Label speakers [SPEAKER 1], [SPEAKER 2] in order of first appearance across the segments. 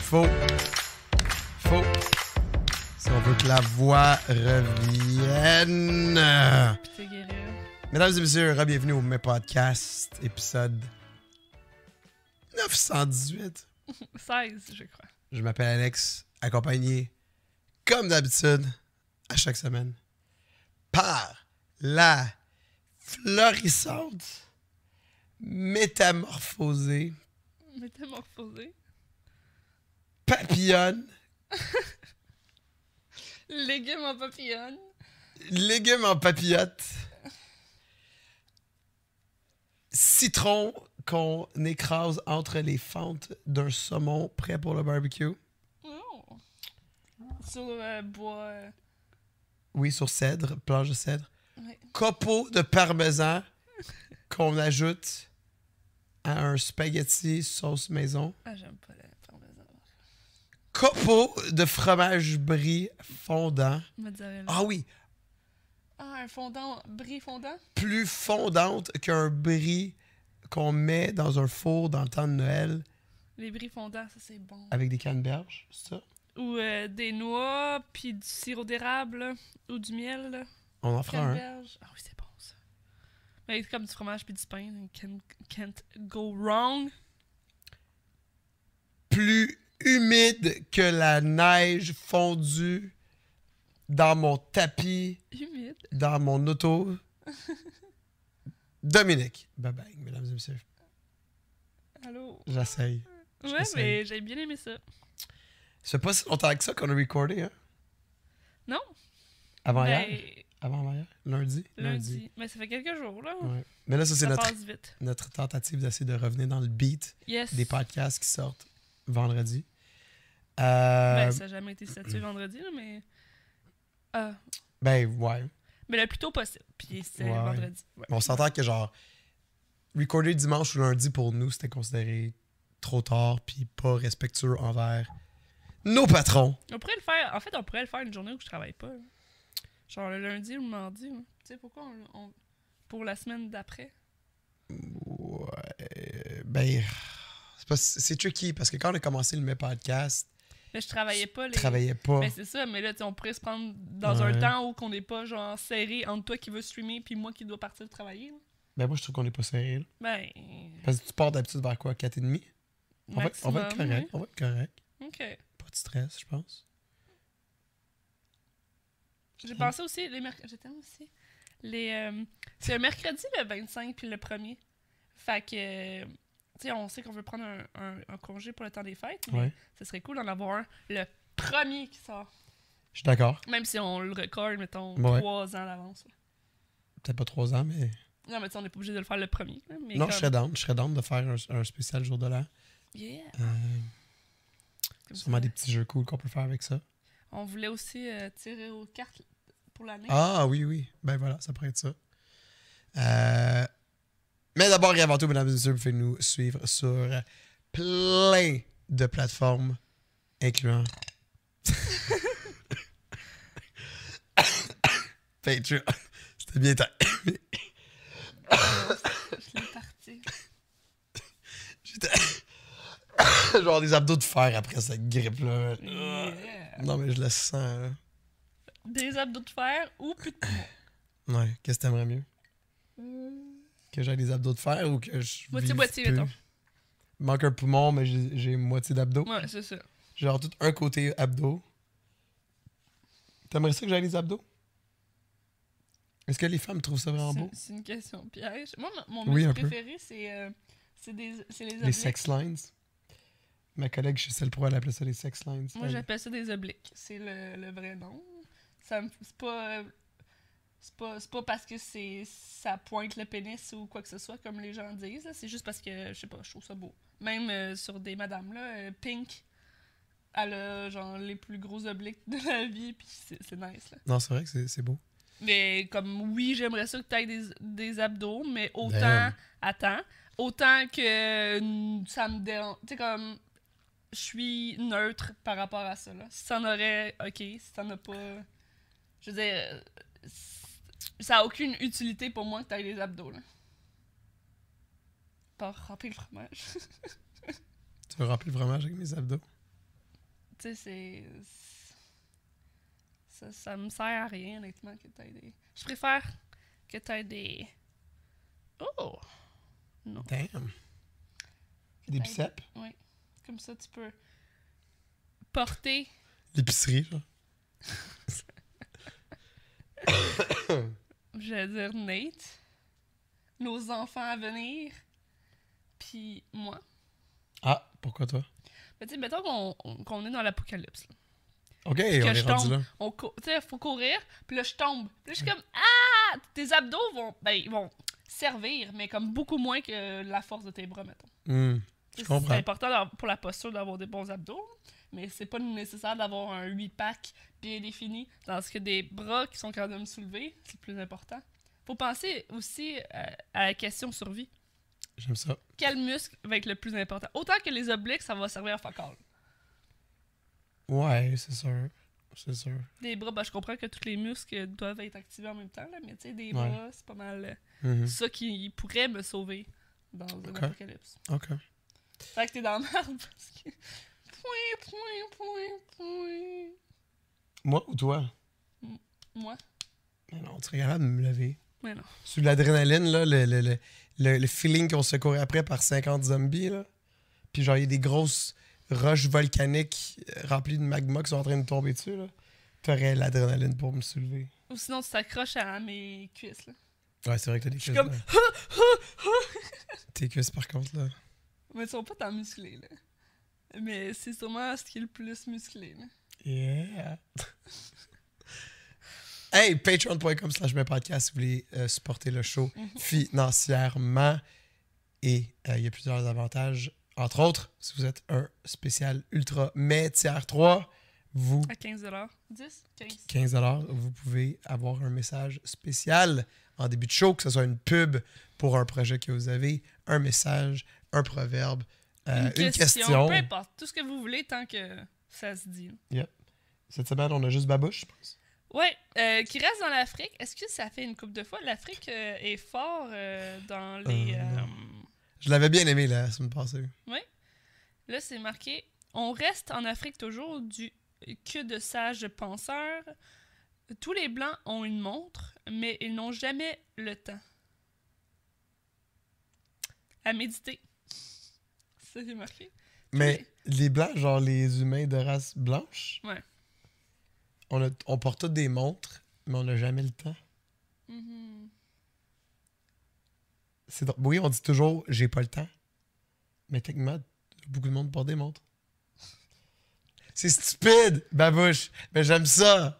[SPEAKER 1] Faux. Faux. Si on veut que la voix revienne.
[SPEAKER 2] T'es guéri.
[SPEAKER 1] Mesdames et messieurs, bienvenue au Mes Podcast, épisode 918.
[SPEAKER 2] 16, je crois.
[SPEAKER 1] Je m'appelle Alex, accompagné, comme d'habitude, à chaque semaine, par la florissante, métamorphosée,
[SPEAKER 2] Métamorphosé.
[SPEAKER 1] papillonne,
[SPEAKER 2] Légumes en papillonne.
[SPEAKER 1] légumes en papillote, citron qu'on écrase entre les fentes d'un saumon prêt pour le barbecue.
[SPEAKER 2] Oh. Sur euh, bois. euh,
[SPEAKER 1] Oui, sur cèdre, planche de cèdre.
[SPEAKER 2] ouais.
[SPEAKER 1] copeaux de parmesan qu'on ajoute à un spaghetti sauce maison.
[SPEAKER 2] Ah, j'aime pas la parmesan.
[SPEAKER 1] Copeaux de fromage brie fondant.
[SPEAKER 2] Mozzarella.
[SPEAKER 1] Ah oui,
[SPEAKER 2] Ah, un fondant, brie fondant.
[SPEAKER 1] plus fondante qu'un brie qu'on met dans un four dans le temps de Noël
[SPEAKER 2] Les bris fondants, ça c'est bon.
[SPEAKER 1] avec des canneberges, c'est ça?
[SPEAKER 2] Ou euh, des noix, puis du sirop d'érable, là, ou du miel. là.
[SPEAKER 1] On en fera un.
[SPEAKER 2] Canneberge. Ah oui, c'est bon ça. Mais c'est comme du fromage puis du pain. Can't, can't go wrong.
[SPEAKER 1] Plus humide que la neige fondue dans mon tapis
[SPEAKER 2] Humide.
[SPEAKER 1] dans mon auto. Dominique. Bye bye, mesdames et messieurs.
[SPEAKER 2] Allô?
[SPEAKER 1] J'essaye.
[SPEAKER 2] Ouais,
[SPEAKER 1] essaye.
[SPEAKER 2] mais j'ai bien aimé ça.
[SPEAKER 1] Ça fait pas si longtemps que ça qu'on a recordé, hein?
[SPEAKER 2] Non?
[SPEAKER 1] Avant
[SPEAKER 2] Ben,
[SPEAKER 1] hier? Avant hier? Lundi?
[SPEAKER 2] lundi. Mais ça fait quelques jours, là.
[SPEAKER 1] Ouais. Mais là, ça, c'est
[SPEAKER 2] ça
[SPEAKER 1] notre,
[SPEAKER 2] passe vite.
[SPEAKER 1] notre tentative d'essayer de revenir dans le beat
[SPEAKER 2] Yes.
[SPEAKER 1] des podcasts qui sortent vendredi. Euh,
[SPEAKER 2] Ben,
[SPEAKER 1] ben,
[SPEAKER 2] ça n'a jamais été statué vendredi, là, mais. Ah.
[SPEAKER 1] ben, ouais.
[SPEAKER 2] Mais le plus tôt possible. Puis c'est
[SPEAKER 1] Ouais.
[SPEAKER 2] vendredi. Ouais.
[SPEAKER 1] On s'entend que, genre, recorder dimanche ou lundi pour nous, c'était considéré trop tard puis pas respectueux envers nos patrons.
[SPEAKER 2] On pourrait le faire. En fait, on pourrait le faire une journée où je travaille pas. là. Genre le lundi ou le mardi. hein. Tu sais pourquoi on, on- Pour la semaine d'après.
[SPEAKER 1] Ouais. Ben, c'est pas- c'est tricky parce que quand on a commencé le mes podcast,
[SPEAKER 2] Mais je travaillais pas les.
[SPEAKER 1] je travaillais pas.
[SPEAKER 2] Mais c'est ça, mais là, tu sais, on pourrait se prendre dans
[SPEAKER 1] Ouais.
[SPEAKER 2] un temps où qu'on n'est pas genre serré entre toi qui veux streamer puis moi qui dois partir travailler. là.
[SPEAKER 1] Ben, moi, je trouve qu'on est pas serré. là.
[SPEAKER 2] Ben.
[SPEAKER 1] Parce que tu pars d'habitude vers quoi 4,5 on va, on va être
[SPEAKER 2] maximum,
[SPEAKER 1] correct. On va être correct.
[SPEAKER 2] hein. Ok.
[SPEAKER 1] Pas de stress, je pense.
[SPEAKER 2] J'ai pensé aussi, les merc- je t'aime aussi. Les, euh, c'est le mercredi le 25 puis le 1er. Fait que, euh, tu sais, on sait qu'on veut prendre un, un- un congé pour le temps des fêtes, mais
[SPEAKER 1] Ouais.
[SPEAKER 2] ce serait cool d'en avoir un le premier qui sort.
[SPEAKER 1] Je suis d'accord.
[SPEAKER 2] Même si on le record, mettons,
[SPEAKER 1] Ouais.
[SPEAKER 2] trois ans d'avance.
[SPEAKER 1] Peut-être pas 3 ans, mais.
[SPEAKER 2] Non, mais tu sais, on n'est pas obligé de le faire le premier. là, Mais
[SPEAKER 1] non,
[SPEAKER 2] comme-
[SPEAKER 1] je serais down. Je serais down de faire un, un spécial jour de l'an.
[SPEAKER 2] Yeah,
[SPEAKER 1] Euh,
[SPEAKER 2] comme
[SPEAKER 1] sûrement
[SPEAKER 2] ça.
[SPEAKER 1] des petits jeux cool qu'on peut faire avec ça.
[SPEAKER 2] On voulait aussi euh, tirer aux cartes pour l'année.
[SPEAKER 1] Ah oui, oui. Ben voilà, ça pourrait être ça. Euh, Mais d'abord et avant tout, mesdames et messieurs, vous pouvez nous suivre sur plein de plateformes, incluant Patreon. C'était bien temps.
[SPEAKER 2] Je l'ai parti.
[SPEAKER 1] J'étais- Je vais avoir des abdos de fer après cette grippe-là.
[SPEAKER 2] Yeah.
[SPEAKER 1] Non, mais je le sens. hein. là.
[SPEAKER 2] Des abdos de fer ou plus de poumons.
[SPEAKER 1] Ouais, qu'est-ce que t'aimerais mieux? Que j'ai des abdos de fer ou que je. vive
[SPEAKER 2] Hmm. Moitié-moitié,
[SPEAKER 1] plus?
[SPEAKER 2] mettons.
[SPEAKER 1] Il manque un poumon, mais j'ai j'ai moitié d'abdos.
[SPEAKER 2] Ouais, c'est ça.
[SPEAKER 1] Genre tout un côté abdos. T'aimerais ça que j'aille les abdos? Est-ce que les femmes trouvent ça vraiment
[SPEAKER 2] C'est-
[SPEAKER 1] beau?
[SPEAKER 2] C'est une question piège. Moi, mon- mon
[SPEAKER 1] Oui,
[SPEAKER 2] muscle
[SPEAKER 1] un peu.
[SPEAKER 2] préféré, c'est euh, c'est des- c'est les obliques.
[SPEAKER 1] Les sex lines? Ma collègue chez Celle Pro, elle appelait ça les sex lines.
[SPEAKER 2] Moi,
[SPEAKER 1] Elle-
[SPEAKER 2] j'appelle ça des obliques. C'est le, le vrai nom. Ça me- C'est pas, euh, c'est pas, c'est pas parce que c'est ça pointe le pénis ou quoi que ce soit, comme les gens disent. là. C'est juste parce que, je sais pas, je trouve ça beau. Même euh, sur des madames, là, euh, Pink, elle a genre les plus gros obliques de la vie, puis c'est c'est nice, là.
[SPEAKER 1] Non, c'est vrai que c'est- c'est beau.
[SPEAKER 2] Mais comme oui, j'aimerais ça que tu des, des abdos, mais autant,
[SPEAKER 1] Damn.
[SPEAKER 2] attends, autant que mm, ça me dérange. Tu sais, comme, je suis neutre par rapport à ça. Là. Si t'en aurais, ok. Si t'en as pas. Je veux dire, euh, c- ça a aucune utilité pour moi que tu des abdos. Là. Par remplir le fromage.
[SPEAKER 1] Tu veux remplir le fromage avec mes abdos?
[SPEAKER 2] Tu sais, c'est. c'est- Ça, ça me sert à rien, honnêtement, que t'aies des. Je préfère que t'aies des. Oh! Non.
[SPEAKER 1] Damn. Des
[SPEAKER 2] Ben-
[SPEAKER 1] biceps.
[SPEAKER 2] Oui. Comme ça, tu peux porter.
[SPEAKER 1] L'épicerie, genre.
[SPEAKER 2] je vais dire Nate, nos enfants à venir, puis moi.
[SPEAKER 1] Ah, pourquoi toi?
[SPEAKER 2] Mais tu sais, mettons qu'on on- qu'on est dans l'apocalypse. là.
[SPEAKER 1] Ok,
[SPEAKER 2] Que
[SPEAKER 1] on est
[SPEAKER 2] je
[SPEAKER 1] rendu
[SPEAKER 2] tombe.
[SPEAKER 1] là.
[SPEAKER 2] On cou- Tu sais, faut courir, puis là, je tombe. Puis là, je suis comme Ah Tes abdos vont, ben, ils vont servir, mais comme beaucoup moins que la force de tes bras, mettons.
[SPEAKER 1] Hmm. Je
[SPEAKER 2] C'est
[SPEAKER 1] comprends.
[SPEAKER 2] important d'avoir- pour la posture d'avoir des bons abdos, mais c'est pas nécessaire d'avoir un 8-pack bien défini, tandis que des bras qui sont quand même soulevés, c'est plus important. Faut penser aussi euh, à la question survie.
[SPEAKER 1] J'aime ça.
[SPEAKER 2] quel muscle va être le plus important. Autant que les obliques, ça va servir à fuck all.
[SPEAKER 1] Ouais, c'est sûr. C'est sûr.
[SPEAKER 2] Des bras, ben, je comprends que tous les muscles doivent être activés en même temps, là, mais tu sais, des
[SPEAKER 1] Ouais.
[SPEAKER 2] bras, c'est pas mal euh,
[SPEAKER 1] Mhm.
[SPEAKER 2] ça qui pourrait me sauver dans un
[SPEAKER 1] Ok.
[SPEAKER 2] apocalypse.
[SPEAKER 1] Ok.
[SPEAKER 2] Fait que t'es dans le marbre parce que. Point, point, point, point.
[SPEAKER 1] Moi ou toi?
[SPEAKER 2] Moi?
[SPEAKER 1] Mais non, tu regardes de me lever.
[SPEAKER 2] Mais non.
[SPEAKER 1] Sur l'adrénaline, là, le, le, le, le, le feeling qu'on se courait après par 50 zombies, là. Puis genre, il y a des grosses roches volcaniques euh, remplies de magma qui sont en train de tomber dessus, là. T'aurais l'adrénaline pour me soulever.
[SPEAKER 2] Ou sinon, tu t'accroches à mes cuisses. Là.
[SPEAKER 1] Ouais, c'est vrai que t'as des
[SPEAKER 2] suis
[SPEAKER 1] cuisses.
[SPEAKER 2] comme,
[SPEAKER 1] là. Tes cuisses, par contre, là.
[SPEAKER 2] Mais ils sont pas tant musclés. Là. Mais c'est sûrement ce qui est le plus musclé. Là.
[SPEAKER 1] Yeah. hey, patreon.com slash mes podcasts si vous voulez euh, supporter le show financièrement. Et euh, il y a plusieurs avantages. Entre autres, si vous êtes un spécial ultra mais tiers 3, vous,
[SPEAKER 2] À 15 10 15
[SPEAKER 1] 15 vous pouvez avoir un message spécial en début de show, que ce soit une pub pour un projet que vous avez, un message, un proverbe, euh, une, question.
[SPEAKER 2] Peu importe. Tout ce que vous voulez tant que ça se dit.
[SPEAKER 1] Yep. Cette semaine, on a juste Babouche, je pense.
[SPEAKER 2] Ouais, euh, qui reste dans l'Afrique. Est-ce que ça fait une coupe de fois? L'Afrique euh, est fort euh, dans les.
[SPEAKER 1] Euh,
[SPEAKER 2] euh,
[SPEAKER 1] Je l'avais bien aimé la semaine passée.
[SPEAKER 2] là, c'est marqué. On reste en Afrique toujours du que de sages penseurs. Tous les blancs ont une montre, mais ils n'ont jamais le temps. À méditer. Ça, c'est marqué.
[SPEAKER 1] Mais les blancs, genre les humains de race blanche,
[SPEAKER 2] Ouais.
[SPEAKER 1] on, a- on porte tous des montres, mais on n'a jamais le temps.
[SPEAKER 2] Mhm.
[SPEAKER 1] C'est drôle. Oui, on dit toujours j'ai pas le temps. Mais techniquement, beaucoup de monde porte des montres. C'est stupide, babouche. Mais j'aime ça.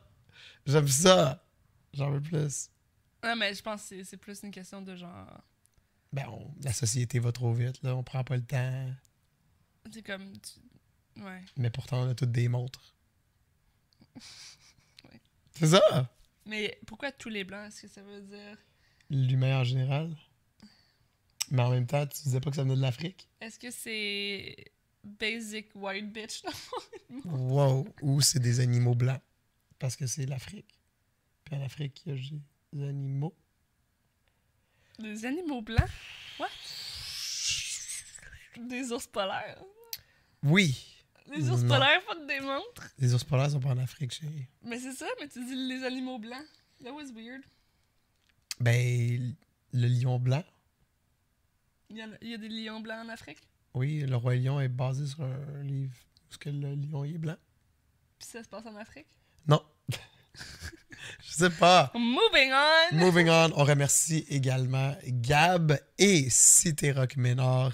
[SPEAKER 1] J'aime ça. J'en veux plus.
[SPEAKER 2] Non, mais je pense que c'est- c'est plus une question de genre.
[SPEAKER 1] Ben, on- la société va trop vite, là. On prend pas le temps.
[SPEAKER 2] C'est comme. tu- Ouais.
[SPEAKER 1] Mais pourtant, on a toutes des montres.
[SPEAKER 2] Ouais.
[SPEAKER 1] C'est ça.
[SPEAKER 2] Mais pourquoi tous les blancs Est-ce que ça veut dire.
[SPEAKER 1] l'humain en général. Mais en même temps, tu disais pas que ça venait de l'Afrique.
[SPEAKER 2] Est-ce que c'est. Basic white bitch là?
[SPEAKER 1] Wow. Ou c'est des animaux blancs. Parce que c'est l'Afrique. Puis en Afrique, il y a des animaux.
[SPEAKER 2] Des animaux blancs What Des ours polaires.
[SPEAKER 1] Oui.
[SPEAKER 2] Les ours
[SPEAKER 1] Non.
[SPEAKER 2] polaires font des montres.
[SPEAKER 1] Les ours polaires sont pas en Afrique, chérie.
[SPEAKER 2] Mais c'est ça, mais tu dis les animaux blancs. That was weird.
[SPEAKER 1] Ben, le lion blanc.
[SPEAKER 2] Il y, en a, il y a des lions blancs en Afrique.
[SPEAKER 1] Oui, le roi lion est basé sur un livre. Est-ce que le lion il est blanc?
[SPEAKER 2] Puis ça se passe en Afrique.
[SPEAKER 1] Non. Je sais pas.
[SPEAKER 2] Moving on
[SPEAKER 1] Moving on, on remercie également Gab et Cité Rock Ménard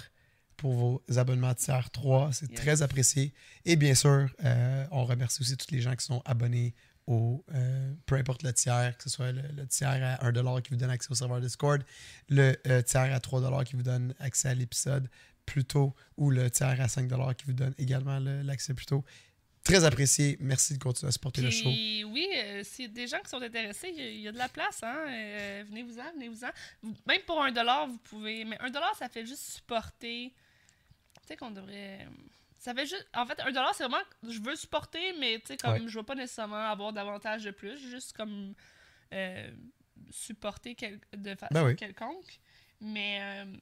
[SPEAKER 1] pour vos abonnements tiers 3. C'est
[SPEAKER 2] Yes.
[SPEAKER 1] très apprécié. Et bien sûr, euh, on remercie aussi tous les gens qui sont abonnés au euh, peu importe le tiers, que ce soit le, le tiers à 1$ qui vous donne accès au serveur Discord, le euh, tiers à 3$ qui vous donne accès à l'épisode plus tôt ou le tiers à 5$ qui vous donne également le- l'accès plus tôt. Très apprécié. Merci de continuer à supporter le show.
[SPEAKER 2] Puis oui, euh, s'il y a des gens qui sont intéressés, il y a- il y, a de la place. Hein? euh, venez-vous-en, venez-vous-en. Vous- Même pour un dollar, vous pouvez. Mais un dollar, ça fait juste supporter. Tu sais qu'on devrait. euh, Ça fait juste. En fait, un dollar, c'est vraiment. Je veux supporter, mais tu sais, comme
[SPEAKER 1] Ouais.
[SPEAKER 2] je veux pas nécessairement avoir davantage de plus, juste comme. euh, supporter quel- de façon
[SPEAKER 1] Ben oui.
[SPEAKER 2] quelconque. Mais. euh,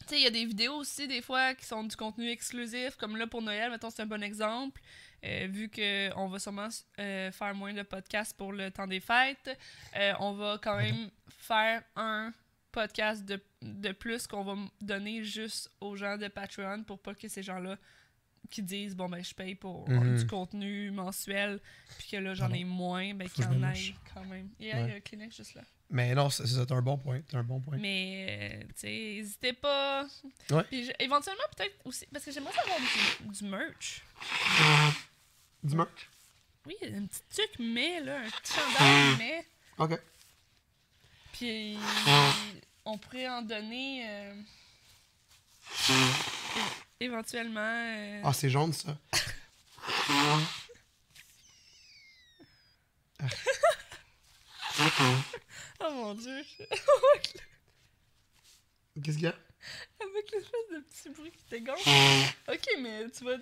[SPEAKER 2] Tu sais, il y a des vidéos aussi, des fois, qui sont du contenu exclusif, comme là pour Noël, mettons, c'est un bon exemple. Euh, vu qu'on va sûrement euh, faire moins de podcasts pour le temps des fêtes, euh, on va quand même faire un podcast de, de plus qu'on va m- donner juste aux gens de Patreon pour pas que ces gens-là qui disent bon ben je paye pour
[SPEAKER 1] Mhm.
[SPEAKER 2] du contenu mensuel puis que là j'en ai moins ben
[SPEAKER 1] Faut que
[SPEAKER 2] qu'il y
[SPEAKER 1] je
[SPEAKER 2] en
[SPEAKER 1] me
[SPEAKER 2] ait
[SPEAKER 1] mouche.
[SPEAKER 2] quand même. Yeah, Il y a un Kleenex juste là.
[SPEAKER 1] Mais non, c'est- c'est un bon point. C'est un bon point.
[SPEAKER 2] Mais, euh, tu sais, n'hésitez pas.
[SPEAKER 1] Ouais.
[SPEAKER 2] Puis je- éventuellement, peut-être aussi. Parce que j'aimerais savoir du, du merch.
[SPEAKER 1] Du merch.
[SPEAKER 2] Oui, un petit truc, mais, là, un petit
[SPEAKER 1] Ah.
[SPEAKER 2] chandail, mais.
[SPEAKER 1] OK.
[SPEAKER 2] Puis, on pourrait en donner. euh, é- éventuellement. euh,
[SPEAKER 1] Ah, c'est jaune, ça.
[SPEAKER 2] Oh mon dieu!
[SPEAKER 1] Qu'est-ce qu'il y a?
[SPEAKER 2] Avec l'espèce de petit bruit qui t'égare.
[SPEAKER 1] Ah.
[SPEAKER 2] Ok, mais tu vas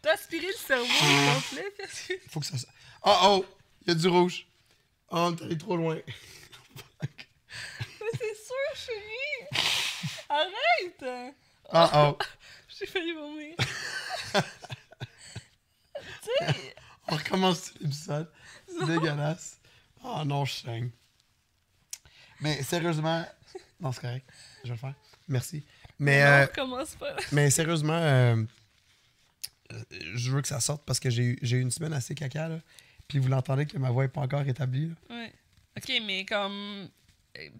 [SPEAKER 2] t'aspirer le cerveau au complet. Parce que...
[SPEAKER 1] Faut que ça... s- Ah, oh! Il y a du rouge. Oh, t'es allé trop loin.
[SPEAKER 2] Mais c'est sûr, chérie! Arrête!
[SPEAKER 1] Ah, oh!
[SPEAKER 2] J'ai failli vomir. tu sais,
[SPEAKER 1] On recommence l'épisode. C'est dégueulasse. Ah non, je saigne. Mais sérieusement... Non, c'est correct. Je vais le faire. Merci. Mais...
[SPEAKER 2] on
[SPEAKER 1] euh,
[SPEAKER 2] recommence pas.
[SPEAKER 1] Mais sérieusement, euh, euh, je veux que ça sorte parce que j'ai eu- j'ai eu une semaine assez caca, là. Puis vous l'entendez que ma voix n'est pas encore établie. là.
[SPEAKER 2] Ouais. Ok, mais comme. euh,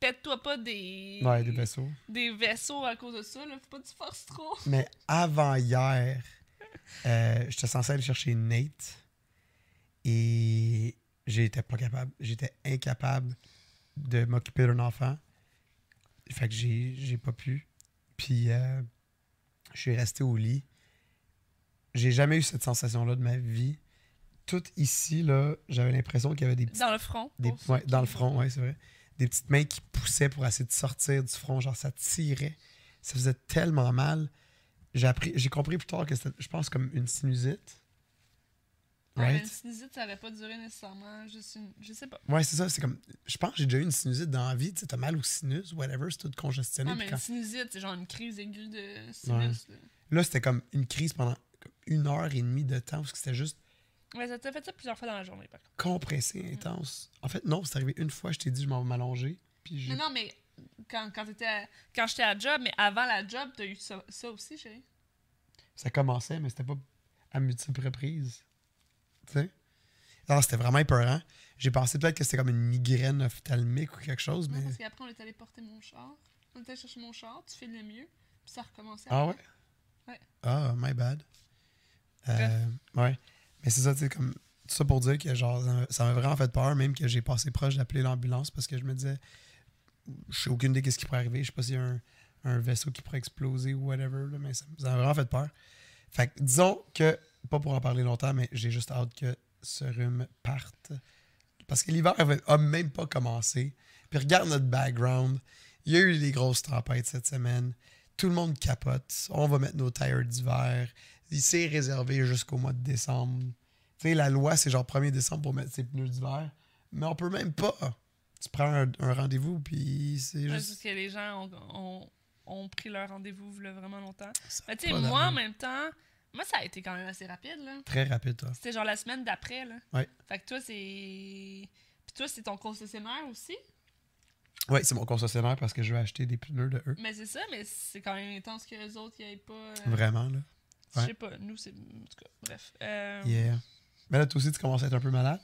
[SPEAKER 2] Pète-toi pas des.
[SPEAKER 1] Ouais, des vaisseaux.
[SPEAKER 2] des vaisseaux à cause de ça, là. Faut pas que tu forces trop.
[SPEAKER 1] Mais avant hier, euh, j'étais censé aller chercher Nate et j'étais pas capable. J'étais incapable de m'occuper d'un enfant. Fait que j'ai j'ai pas pu. Puis euh, je suis resté au lit. J'ai jamais eu cette sensation-là de ma vie. Tout ici, là, j'avais l'impression qu'il y avait des
[SPEAKER 2] Dans le front.
[SPEAKER 1] des,
[SPEAKER 2] pour ceux
[SPEAKER 1] ouais,
[SPEAKER 2] qui-
[SPEAKER 1] dans le front, ouais, c'est vrai. Des petites mains qui poussaient pour essayer de sortir du front, genre ça tirait. Ça faisait tellement mal. J'ai appris, j'ai compris plus tard que c'était, je pense, comme une sinusite.
[SPEAKER 2] Ah Ouais,
[SPEAKER 1] Right?
[SPEAKER 2] mais Une sinusite, ça avait pas duré nécessairement. Juste une. Je sais pas.
[SPEAKER 1] Ouais, c'est ça. C'est comme, je pense que j'ai déjà eu une sinusite dans la vie. Tu sais, t'as mal au sinus, whatever, c'est tout congestionné.
[SPEAKER 2] Non,
[SPEAKER 1] puis
[SPEAKER 2] Ah, mais
[SPEAKER 1] quand-
[SPEAKER 2] une sinusite, c'est genre une crise aiguë de sinus, là.
[SPEAKER 1] Là, c'était comme une crise pendant comme une heure et demie de temps parce que c'était juste
[SPEAKER 2] Ouais, ça t'a fait ça plusieurs fois dans la journée, par contre.
[SPEAKER 1] compressé, intense. En fait, non, c'est arrivé une fois, je t'ai dit, je m'en vais m'allonger. Puis j'ai-
[SPEAKER 2] Mais non, mais quand, quand, t'étais à- quand j'étais à job, mais avant la job, t'as eu ça, ça aussi, chérie.
[SPEAKER 1] ça commençait, mais c'était pas à multiples reprises. Tu sais? Alors, c'était vraiment épeurant. J'ai pensé peut-être que c'était comme une migraine ophtalmique ou quelque chose, mais.
[SPEAKER 2] Non, parce qu'après, on est allé porter mon char. On était allé chercher mon char, tu filais mieux, puis ça recommençait.
[SPEAKER 1] Ah ouais?
[SPEAKER 2] après. Ouais.
[SPEAKER 1] Ah, my bad. Euh, ouais. Mais c'est ça, tu sais, comme. Tout ça pour dire que genre, ça m'a- ça m'a vraiment fait peur, même que j'ai passé proche d'appeler l'ambulance parce que je me disais, je sais aucune idée qu'est-ce qui pourrait arriver. Je sais pas s'il y a un, un vaisseau qui pourrait exploser ou whatever, là, mais ça ça m'a vraiment fait peur. Fait que disons que, pas pour en parler longtemps, mais j'ai juste hâte que ce rhume parte. Parce que l'hiver avait- a même pas commencé. Puis regarde notre background. Il y a eu des grosses tempêtes cette semaine. Tout le monde capote. On va mettre nos tires d'hiver. Il s'est réservé jusqu'au mois de décembre. Tu sais, la loi, c'est genre 1er décembre pour mettre ses pneus d'hiver. Mais on peut même pas. Tu prends un, un rendez-vous, puis c'est
[SPEAKER 2] Ouais,
[SPEAKER 1] juste.
[SPEAKER 2] Parce que les gens ont, ont- ont pris leur rendez-vous v'là vraiment longtemps.
[SPEAKER 1] Ça a
[SPEAKER 2] Mais tu sais,
[SPEAKER 1] pas d'allure.
[SPEAKER 2] moi, en même temps, moi, ça a été quand même assez rapide, là.
[SPEAKER 1] Très rapide, toi.
[SPEAKER 2] C'était genre la semaine d'après, là.
[SPEAKER 1] Ouais.
[SPEAKER 2] Fait que toi, c'est. Puis toi, c'est ton concessionnaire aussi.
[SPEAKER 1] Oui, c'est mon concessionnaire parce que je vais acheter des pneus de eux.
[SPEAKER 2] Mais c'est ça, mais c'est quand même intense que les autres, y aient pas. euh,
[SPEAKER 1] Vraiment, là.
[SPEAKER 2] Je
[SPEAKER 1] ouais.
[SPEAKER 2] sais pas, nous, c'est. En tout cas, bref. Euh,
[SPEAKER 1] Yeah. Mais là, toi aussi, tu commences à être un peu malade.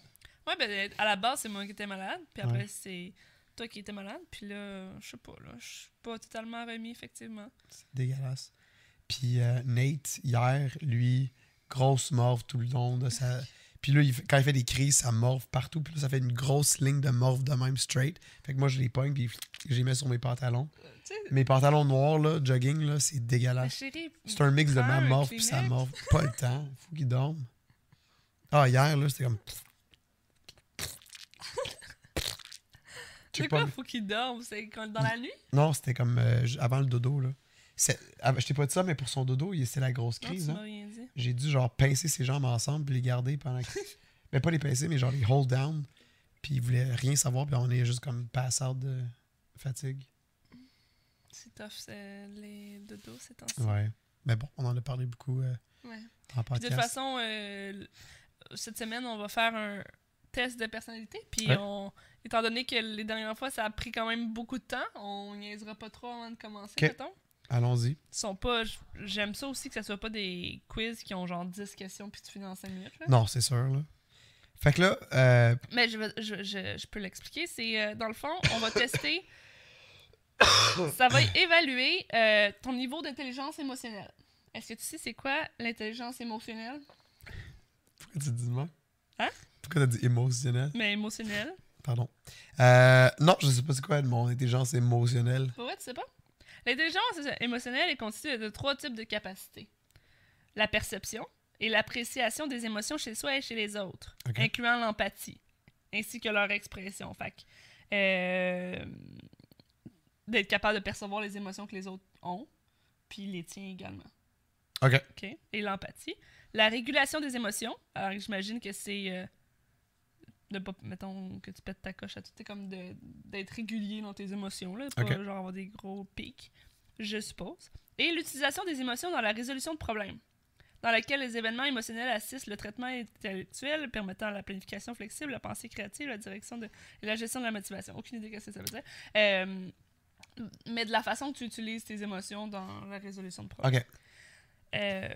[SPEAKER 2] Ouais, ben à la base, c'est moi qui étais malade, puis
[SPEAKER 1] Ouais.
[SPEAKER 2] après, c'est toi qui étais malade, puis là, je sais pas, là, je suis pas totalement remis, effectivement.
[SPEAKER 1] C'est dégueulasse. Puis euh, Nate, hier, lui, grosse morve tout le long de sa. Puis là, il fait- quand il fait des crises, ça morve partout. Puis là, ça fait une grosse ligne de morve de même straight. Fait que moi, je les pogne, puis je les mets sur mes pantalons.
[SPEAKER 2] Euh, Tu sais,
[SPEAKER 1] Mes pantalons noirs, là, jogging, là, c'est
[SPEAKER 2] ma
[SPEAKER 1] dégueulasse.
[SPEAKER 2] chérie.
[SPEAKER 1] C'est un mix de
[SPEAKER 2] prends
[SPEAKER 1] ma
[SPEAKER 2] un
[SPEAKER 1] morve puis sa
[SPEAKER 2] Kleenex.
[SPEAKER 1] morve. Pas le temps. Faut qu'il dorme. Ah, hier, là, c'était comme.
[SPEAKER 2] C'est
[SPEAKER 1] Check
[SPEAKER 2] quoi,
[SPEAKER 1] pas-
[SPEAKER 2] faut qu'il dorme, c'est quand- dans la nuit?
[SPEAKER 1] Non, c'était comme euh, j- avant le dodo, là. C'est- ah, Je t'ai pas dit ça, mais pour son dodo, il- c'est la grosse
[SPEAKER 2] Non, tu
[SPEAKER 1] crise.
[SPEAKER 2] m'as
[SPEAKER 1] hein.
[SPEAKER 2] rien dit.
[SPEAKER 1] J'ai dû, genre, pincer ses jambes ensemble puis les garder pendant que. mais pas les pincer, mais genre les hold down. Puis il voulait rien savoir, puis on est juste comme pass out de fatigue.
[SPEAKER 2] C'est tough, c'est- les dodos, c'est temps
[SPEAKER 1] Ouais. Mais bon, on en a parlé beaucoup euh,
[SPEAKER 2] Ouais.
[SPEAKER 1] en
[SPEAKER 2] Puis de
[SPEAKER 1] podcast.
[SPEAKER 2] toute façon, euh, l- cette semaine, on va faire un test de personnalité. Puis
[SPEAKER 1] Ouais.
[SPEAKER 2] on, étant donné que les dernières fois, ça a pris quand même beaucoup de temps, on niaisera pas trop avant de commencer,
[SPEAKER 1] Ok.
[SPEAKER 2] mettons.
[SPEAKER 1] Allons-y.
[SPEAKER 2] Ils sont pas. j- J'aime ça aussi que ça soit pas des quiz qui ont genre 10 questions puis tu finis en 5 minutes. là.
[SPEAKER 1] Non, c'est sûr, là. Fait que là, euh,
[SPEAKER 2] Mais je, vais- je, je- je peux l'expliquer. C'est euh, dans le fond, on va tester. ça va évaluer euh, ton niveau d'intelligence émotionnelle. Est-ce que tu sais c'est quoi l'intelligence émotionnelle?
[SPEAKER 1] pourquoi tu dis de moi?
[SPEAKER 2] Hein?
[SPEAKER 1] Pourquoi t'as dit émotionnel?
[SPEAKER 2] Mais Ben, émotionnelle.
[SPEAKER 1] Pardon. Euh, non, je sais pas c'est quoi mon intelligence émotionnelle.
[SPEAKER 2] Pour vrai, tu sais pas? L'intelligence émotionnelle est constituée de trois types de capacités. La perception et l'appréciation des émotions chez soi et chez les autres,
[SPEAKER 1] Ok.
[SPEAKER 2] incluant l'empathie, ainsi que leur expression. Fait que, euh, d'être capable de percevoir les émotions que les autres ont, puis les tiens également.
[SPEAKER 1] OK.
[SPEAKER 2] OK? Et l'empathie. La régulation des émotions. Alors, que j'imagine que c'est. euh, de pas, mettons que tu pètes ta coche à tout. C'est comme de- d'être régulier dans tes émotions, là. Pas
[SPEAKER 1] OK.
[SPEAKER 2] genre avoir des gros pics, je suppose. Et l'utilisation des émotions dans la résolution de problèmes, dans laquelle les événements émotionnels assistent le traitement intellectuel, permettant la planification flexible, la pensée créative, la direction de, et la gestion de la motivation. Aucune idée de ce que ça veut dire. Euh, mais de la façon que tu utilises tes émotions dans la résolution de problèmes.
[SPEAKER 1] OK.
[SPEAKER 2] Euh,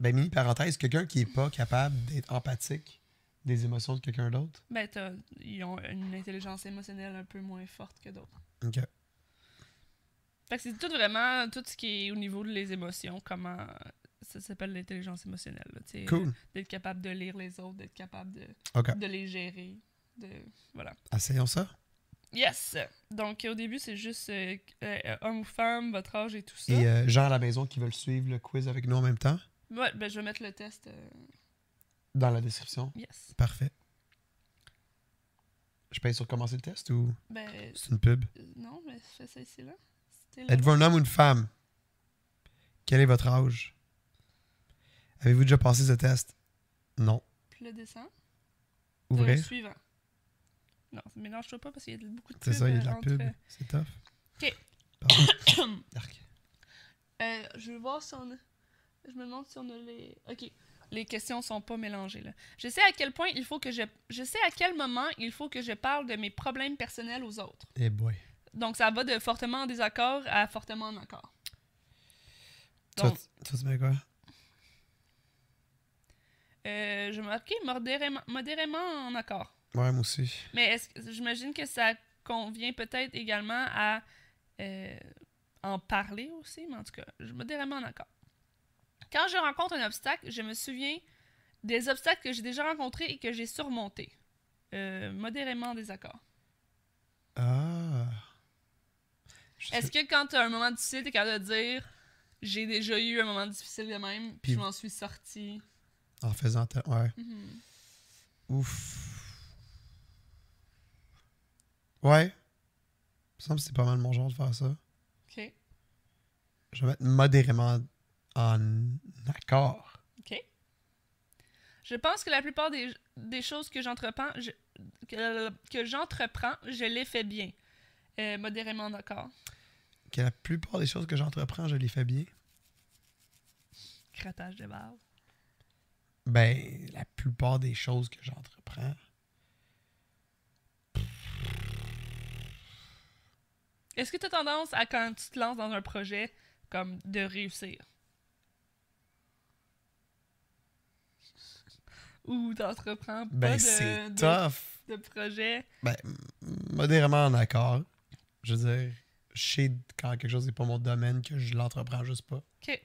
[SPEAKER 1] Ben, mini parenthèse, quelqu'un qui est pas capable d'être empathique des émotions de quelqu'un d'autre.
[SPEAKER 2] Ben, t'as- ils ont une intelligence émotionnelle un peu moins forte que d'autres.
[SPEAKER 1] OK.
[SPEAKER 2] Fait que c'est tout vraiment, tout ce qui est au niveau des émotions, comment ça s'appelle l'intelligence émotionnelle. là, tu sais,
[SPEAKER 1] Cool.
[SPEAKER 2] D'être capable de lire les autres, d'être capable de,
[SPEAKER 1] OK.
[SPEAKER 2] de les gérer. De, voilà.
[SPEAKER 1] Essayons ça.
[SPEAKER 2] Yes! Donc, au début, c'est juste euh, euh, homme ou femme, votre âge et tout ça.
[SPEAKER 1] Et euh, gens à la maison qui veulent suivre le quiz avec nous en même temps,
[SPEAKER 2] Ouais, ben, je vais mettre le test. euh,
[SPEAKER 1] dans la description.
[SPEAKER 2] yes.
[SPEAKER 1] Parfait. Je paye sur commencer le test ou
[SPEAKER 2] Ben,
[SPEAKER 1] c'est une pub?
[SPEAKER 2] euh, non, mais fais ça ici, là. C'était là.
[SPEAKER 1] Êtes-vous un homme ou une femme? Quel est votre âge? Avez-vous déjà passé ce test? Non.
[SPEAKER 2] Puis le dessin. Le
[SPEAKER 1] Ouvrir?
[SPEAKER 2] suivant. Non, mélange-toi pas parce qu'il y a beaucoup de
[SPEAKER 1] C'est ça, il y a de
[SPEAKER 2] euh,
[SPEAKER 1] la
[SPEAKER 2] entre,
[SPEAKER 1] pub.
[SPEAKER 2] euh,
[SPEAKER 1] C'est tough.
[SPEAKER 2] OK.
[SPEAKER 1] Pardon. Arc.
[SPEAKER 2] Euh, je veux voir si on a... Je me demande si on a les... OK. Les questions sont pas mélangées, là. Je sais à quel point il faut que je... Je sais à quel moment il faut que je parle de mes problèmes personnels aux autres.
[SPEAKER 1] Eh boy.
[SPEAKER 2] Donc, ça va de fortement en désaccord à fortement en accord.
[SPEAKER 1] Toi,
[SPEAKER 2] Donc,
[SPEAKER 1] tu- toi, tu mets quoi?
[SPEAKER 2] euh, je marquais modérément, modérément en accord.
[SPEAKER 1] Ouais, moi aussi.
[SPEAKER 2] Mais est-ce que- j'imagine que ça convient peut-être également à euh, en parler aussi, mais en tout cas, je me vraiment en accord. Quand je rencontre un obstacle, je me souviens des obstacles que j'ai déjà rencontrés et que j'ai surmontés. Euh, modérément en désaccord.
[SPEAKER 1] Ah. Je
[SPEAKER 2] Est-ce
[SPEAKER 1] sais-
[SPEAKER 2] que quand tu as un moment difficile, tu es capable de dire j'ai déjà eu un moment difficile de même, puis
[SPEAKER 1] Puis-
[SPEAKER 2] je m'en suis Mhm. sorti.
[SPEAKER 1] En faisant. ta- Ouais. Ouf. Ouais. Il me semble que c'est pas mal mon genre de faire ça.
[SPEAKER 2] Ok.
[SPEAKER 1] Je vais mettre modérément en accord.
[SPEAKER 2] OK. Je pense que la plupart des, des choses que j'entreprends, je, que, que j'entreprends, je les fais bien. Euh, modérément d'accord.
[SPEAKER 1] Que la plupart des choses que j'entreprends, je les fais bien.
[SPEAKER 2] Cratage de barbe.
[SPEAKER 1] Ben, la plupart des choses que j'entreprends.
[SPEAKER 2] Est-ce que tu as tendance à, quand tu te lances dans un projet, comme de réussir? Ou t'entreprends pas
[SPEAKER 1] Ben,
[SPEAKER 2] de,
[SPEAKER 1] c'est
[SPEAKER 2] de,
[SPEAKER 1] tough.
[SPEAKER 2] de projet?
[SPEAKER 1] Ben, m- modérément en accord. Je veux dire, je sais quand quelque chose n'est pas mon domaine que je l'entreprends juste pas.
[SPEAKER 2] OK.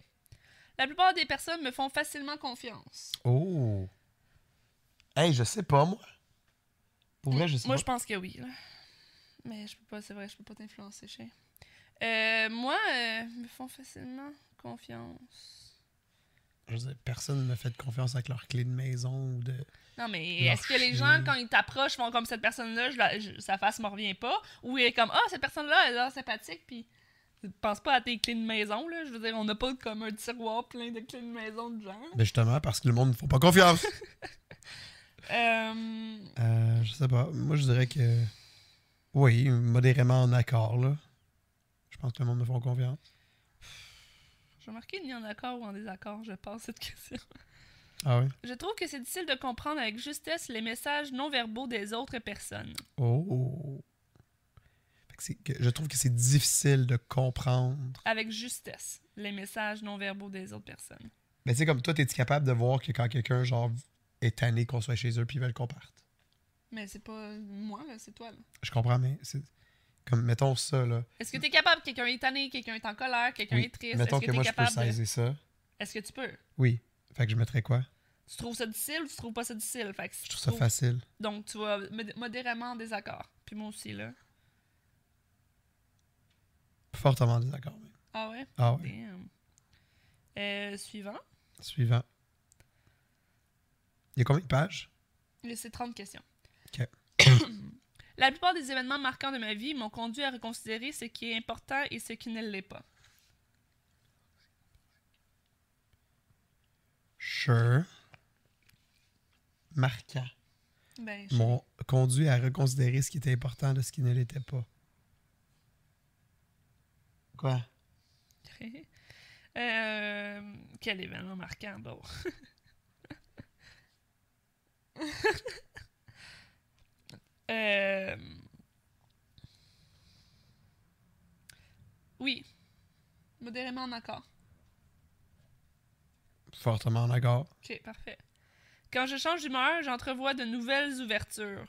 [SPEAKER 2] La plupart des personnes me font facilement confiance.
[SPEAKER 1] Oh! Hey, je sais pas, moi. Pour vrai, je sais
[SPEAKER 2] Moi,
[SPEAKER 1] pas.
[SPEAKER 2] je pense que oui. là. Mais je peux pas, c'est vrai, je peux pas t'influencer, je sais. Euh, moi, euh, ils me font facilement confiance.
[SPEAKER 1] Je veux dire, personne ne m'a fait de confiance avec leur clé de maison ou de.
[SPEAKER 2] Non, mais
[SPEAKER 1] Leur
[SPEAKER 2] est-ce que les
[SPEAKER 1] chien.
[SPEAKER 2] gens, quand ils t'approchent, font comme cette personne-là, je la- je- sa face me revient pas? Ou est comme, ah, cette personne-là, elle a l'air sympathique, puis pense pas à tes clés de maison, là. Je veux dire, on n'a pas comme un tiroir plein de clés de maison de gens.
[SPEAKER 1] Ben justement, parce que le monde ne fait pas confiance.
[SPEAKER 2] Euh,
[SPEAKER 1] Euh, je sais pas. Moi, je dirais que. Oui, modérément en accord, là. Je pense que le monde me font confiance.
[SPEAKER 2] J'ai remarqué ni en accord ou en désaccord, je pense, cette question.
[SPEAKER 1] Ah oui?
[SPEAKER 2] Je trouve que c'est difficile de comprendre avec justesse les messages non-verbaux des autres personnes.
[SPEAKER 1] Oh! Fait que c'est que- je trouve que c'est difficile de comprendre.
[SPEAKER 2] Avec justesse les messages non-verbaux des autres personnes.
[SPEAKER 1] Mais tu sais, comme toi, t'es-tu capable de voir que quand quelqu'un, genre, est tanné qu'on soit chez eux puis ils veulent qu'on parte?
[SPEAKER 2] Mais c'est pas moi, là, c'est toi, là.
[SPEAKER 1] Je comprends, mais c'est. Comme, mettons ça, là.
[SPEAKER 2] Est-ce que t'es capable? Quelqu'un est tanné, quelqu'un est en colère, quelqu'un
[SPEAKER 1] Oui,
[SPEAKER 2] est triste. Est-ce
[SPEAKER 1] Mettons
[SPEAKER 2] que,
[SPEAKER 1] que
[SPEAKER 2] t'es
[SPEAKER 1] moi, je peux
[SPEAKER 2] capable? de-
[SPEAKER 1] saisir ça.
[SPEAKER 2] Est-ce que tu peux?
[SPEAKER 1] Oui. Fait que je mettrais quoi?
[SPEAKER 2] Tu trouves ça difficile ou tu trouves pas ça difficile? Fait que si
[SPEAKER 1] Je
[SPEAKER 2] tu
[SPEAKER 1] trouve ça
[SPEAKER 2] trouves-
[SPEAKER 1] facile.
[SPEAKER 2] Donc, tu vas mod- modérément en désaccord. Puis moi aussi, là.
[SPEAKER 1] Fortement en désaccord. même.
[SPEAKER 2] Ah ouais?
[SPEAKER 1] Ah ouais.
[SPEAKER 2] Damn. Euh, suivant.
[SPEAKER 1] Suivant. Il y a combien de pages?
[SPEAKER 2] Et C'est 30 questions.
[SPEAKER 1] Ok.
[SPEAKER 2] La plupart des événements marquants de ma vie m'ont conduit à reconsidérer ce qui est important et ce qui ne l'est pas.
[SPEAKER 1] Sure. Marquant.
[SPEAKER 2] Ben, je-
[SPEAKER 1] M'ont conduit à reconsidérer ce qui était important de ce qui ne l'était pas. Quoi?
[SPEAKER 2] Euh, quel événement marquant, bon. Euh, Oui. Modérément en accord.
[SPEAKER 1] Fortement en accord.
[SPEAKER 2] Ok, parfait. Quand je change d'humeur, j'entrevois de nouvelles ouvertures.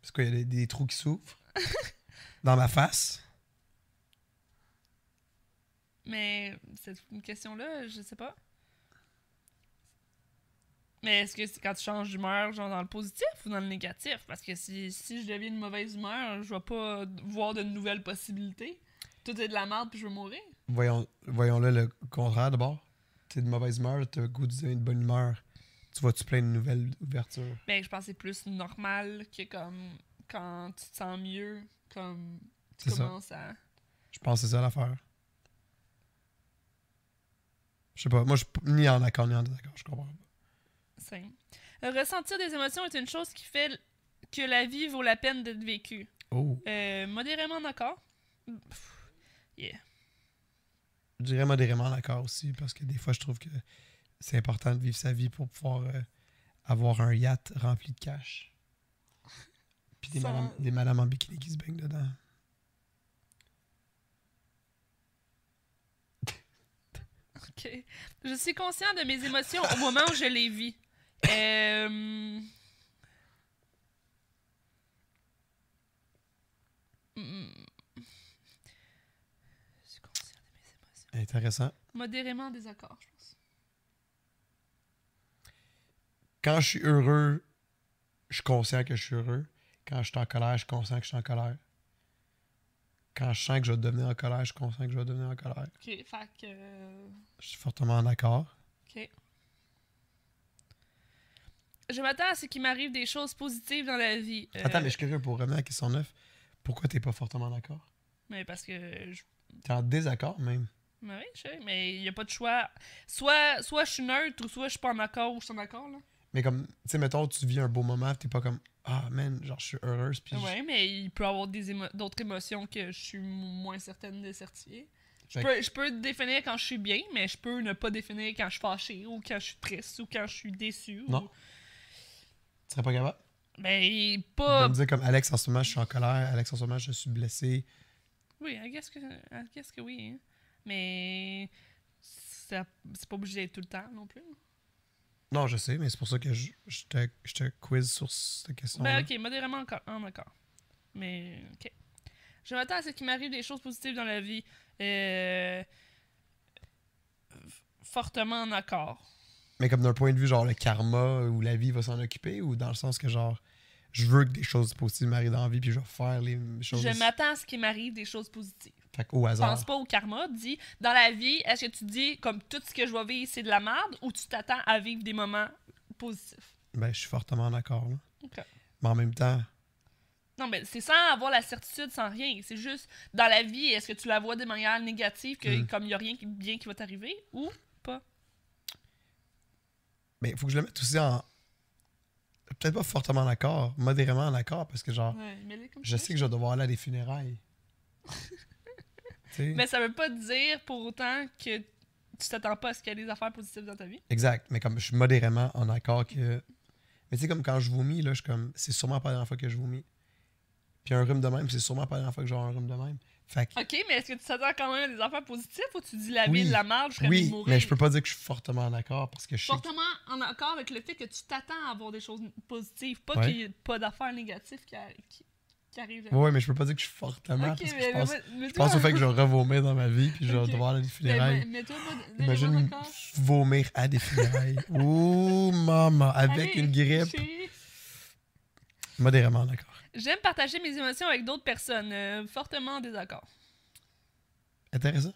[SPEAKER 1] Parce qu'il y a des, des trous qui s'ouvrent. dans ma face.
[SPEAKER 2] Mais cette une question-là, je sais pas. Mais est-ce que c'est quand tu changes d'humeur, genre dans le positif ou dans le négatif? Parce que si, si je deviens de mauvaise humeur, je vais pas d- voir de nouvelles possibilités. Tout est de la merde puis je vais mourir.
[SPEAKER 1] Voyons, voyons là le contraire d'abord. T'es de mauvaise humeur, t'as le goût de dire une bonne humeur. Tu vois-tu plein de nouvelles ouvertures?
[SPEAKER 2] Ben, je pense que c'est plus normal que comme quand tu te sens mieux, comme tu
[SPEAKER 1] C'est ça.
[SPEAKER 2] commences à.
[SPEAKER 1] Je pense que c'est ça l'affaire. Je sais pas, moi je suis p- ni en accord ni en désaccord, je comprends pas.
[SPEAKER 2] Same. Euh, Ressentir des émotions est une chose qui fait l- que la vie vaut la peine d'être vécue.
[SPEAKER 1] Oh.
[SPEAKER 2] Euh, modérément d'accord. Pff, Yeah.
[SPEAKER 1] Je dirais modérément en accord aussi, parce que des fois je trouve que c'est important de vivre sa vie pour pouvoir euh, avoir un yacht rempli de cash. Puis des,
[SPEAKER 2] Ça-
[SPEAKER 1] madames, des madames en bikini qui se baignent dedans.
[SPEAKER 2] Ok. Je suis conscient de mes émotions au moment où je les vis. Euh, hmm. Je suis conscient de mes émotions.
[SPEAKER 1] Intéressant.
[SPEAKER 2] Modérément en désaccord, je pense.
[SPEAKER 1] Quand je suis heureux, je suis conscient que je suis heureux. Quand je suis en colère, je suis conscient que je suis en colère. Quand je sens que je vais devenir en colère, je suis conscient que je vais devenir en colère.
[SPEAKER 2] Ok, fait que. euh,
[SPEAKER 1] Je suis fortement en accord.
[SPEAKER 2] Ok. Je m'attends à ce qu'il m'arrive des choses positives dans la vie. Euh,
[SPEAKER 1] Attends, mais je suis curieux pour revenir à la question 9. Pourquoi t'es pas fortement d'accord?
[SPEAKER 2] Mais parce que je
[SPEAKER 1] T'es en désaccord même.
[SPEAKER 2] Mais oui, je sais, mais il n'y a pas de choix. Soit, soit je suis neutre ou soit je suis pas en accord ou je suis en accord. Là.
[SPEAKER 1] Mais comme, tu sais, mettons, tu vis un beau moment, t'es pas comme Ah man, genre je suis heureuse puis je-
[SPEAKER 2] Ouais, mais il peut y avoir des émo- d'autres émotions que je suis m- moins certaine de certifier. Je
[SPEAKER 1] Fait
[SPEAKER 2] peux, je peux définir quand je suis bien, mais je peux ne pas définir quand je suis fâchée ou quand je suis triste ou quand je suis déçue.
[SPEAKER 1] Non. Tu serais pas capable?
[SPEAKER 2] Ben,
[SPEAKER 1] Tu vas
[SPEAKER 2] pas.
[SPEAKER 1] me dire comme Alex en ce moment je suis en colère, Alex en ce moment je suis blessé.
[SPEAKER 2] Oui, I guess que, I guess que oui. hein. Mais. ça- C'est pas obligé d'être tout le temps non plus.
[SPEAKER 1] Non, je sais, mais c'est pour ça que je, je te, je te quiz sur cette question.
[SPEAKER 2] Ben ok, modérément encore, en accord. Mais ok. Je m'attends à ce qu'il m'arrive des choses positives dans la vie. Euh, f- Fortement en accord.
[SPEAKER 1] Mais comme d'un point de vue genre le karma ou la vie va s'en occuper ou dans le sens que genre je veux que des choses positives m'arrivent dans la vie puis je vais faire les choses.
[SPEAKER 2] Je m'attends à ce qu'il m'arrive des choses positives.
[SPEAKER 1] Fait qu'au hasard.
[SPEAKER 2] Pense pas au karma, dis dans la vie, est-ce que tu dis comme tout ce que je vais vivre c'est de la merde ou tu t'attends à vivre des moments positifs?
[SPEAKER 1] Ben je suis fortement d'accord. là.
[SPEAKER 2] Ok.
[SPEAKER 1] Mais en même temps,
[SPEAKER 2] Non, mais c'est sans avoir la certitude, sans rien. C'est juste dans la vie, est-ce que tu la vois de manière négative, que
[SPEAKER 1] Mm.
[SPEAKER 2] comme il n'y a rien qui- bien qui va t'arriver ou pas?
[SPEAKER 1] Mais il ben, faut que je le mette aussi en. Peut-être pas fortement en accord, modérément en accord, parce que genre,
[SPEAKER 2] Ouais, mais là, comme
[SPEAKER 1] je
[SPEAKER 2] ça.
[SPEAKER 1] sais que je vais devoir aller à des funérailles. Tu sais, sais.
[SPEAKER 2] Mais ça veut pas dire pour autant que tu t'attends pas à ce qu'il y ait des affaires positives dans ta vie.
[SPEAKER 1] Exact. Mais comme je suis modérément en accord que. Mais tu sais, comme quand je vomis, là, je suis comme. C'est sûrement pas la dernière fois que je vomis. Puis un rhume de même, c'est sûrement pas la dernière fois que j'aurai un rhume de même. Fait que.
[SPEAKER 2] Ok, mais est-ce que tu t'attends quand même à des affaires positives ou tu dis la vie
[SPEAKER 1] Oui.
[SPEAKER 2] de la marge, je serais venue
[SPEAKER 1] Oui,
[SPEAKER 2] mourir?
[SPEAKER 1] mais je peux pas dire que je suis fortement en accord parce que je sais.
[SPEAKER 2] Fortement en accord avec le fait que tu t'attends à avoir des choses positives, pas
[SPEAKER 1] Ouais.
[SPEAKER 2] qu'il y ait pas d'affaires négatives qui, a- qui- qui arrivent.
[SPEAKER 1] Oui, mais je peux pas dire que je suis fortement
[SPEAKER 2] Ok,
[SPEAKER 1] parce que
[SPEAKER 2] mais-
[SPEAKER 1] je pense,
[SPEAKER 2] mais- mais
[SPEAKER 1] je pense
[SPEAKER 2] toi-
[SPEAKER 1] au fait que je vais revomir dans ma vie puis je vais
[SPEAKER 2] Ok.
[SPEAKER 1] devoir aller à des
[SPEAKER 2] Mais-
[SPEAKER 1] funérailles.
[SPEAKER 2] Mais toi, pas
[SPEAKER 1] Imagine
[SPEAKER 2] d'accord.
[SPEAKER 1] vomir à des funérailles. Ouh, maman, avec
[SPEAKER 2] Allez,
[SPEAKER 1] une grippe.
[SPEAKER 2] chez-
[SPEAKER 1] Modérément d'accord.
[SPEAKER 2] J'aime partager mes émotions avec d'autres personnes. euh, fortement en désaccord.
[SPEAKER 1] Intéressant.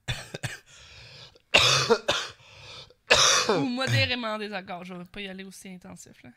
[SPEAKER 2] Ou modérément en désaccord. Je vais pas y aller aussi intensif. Là.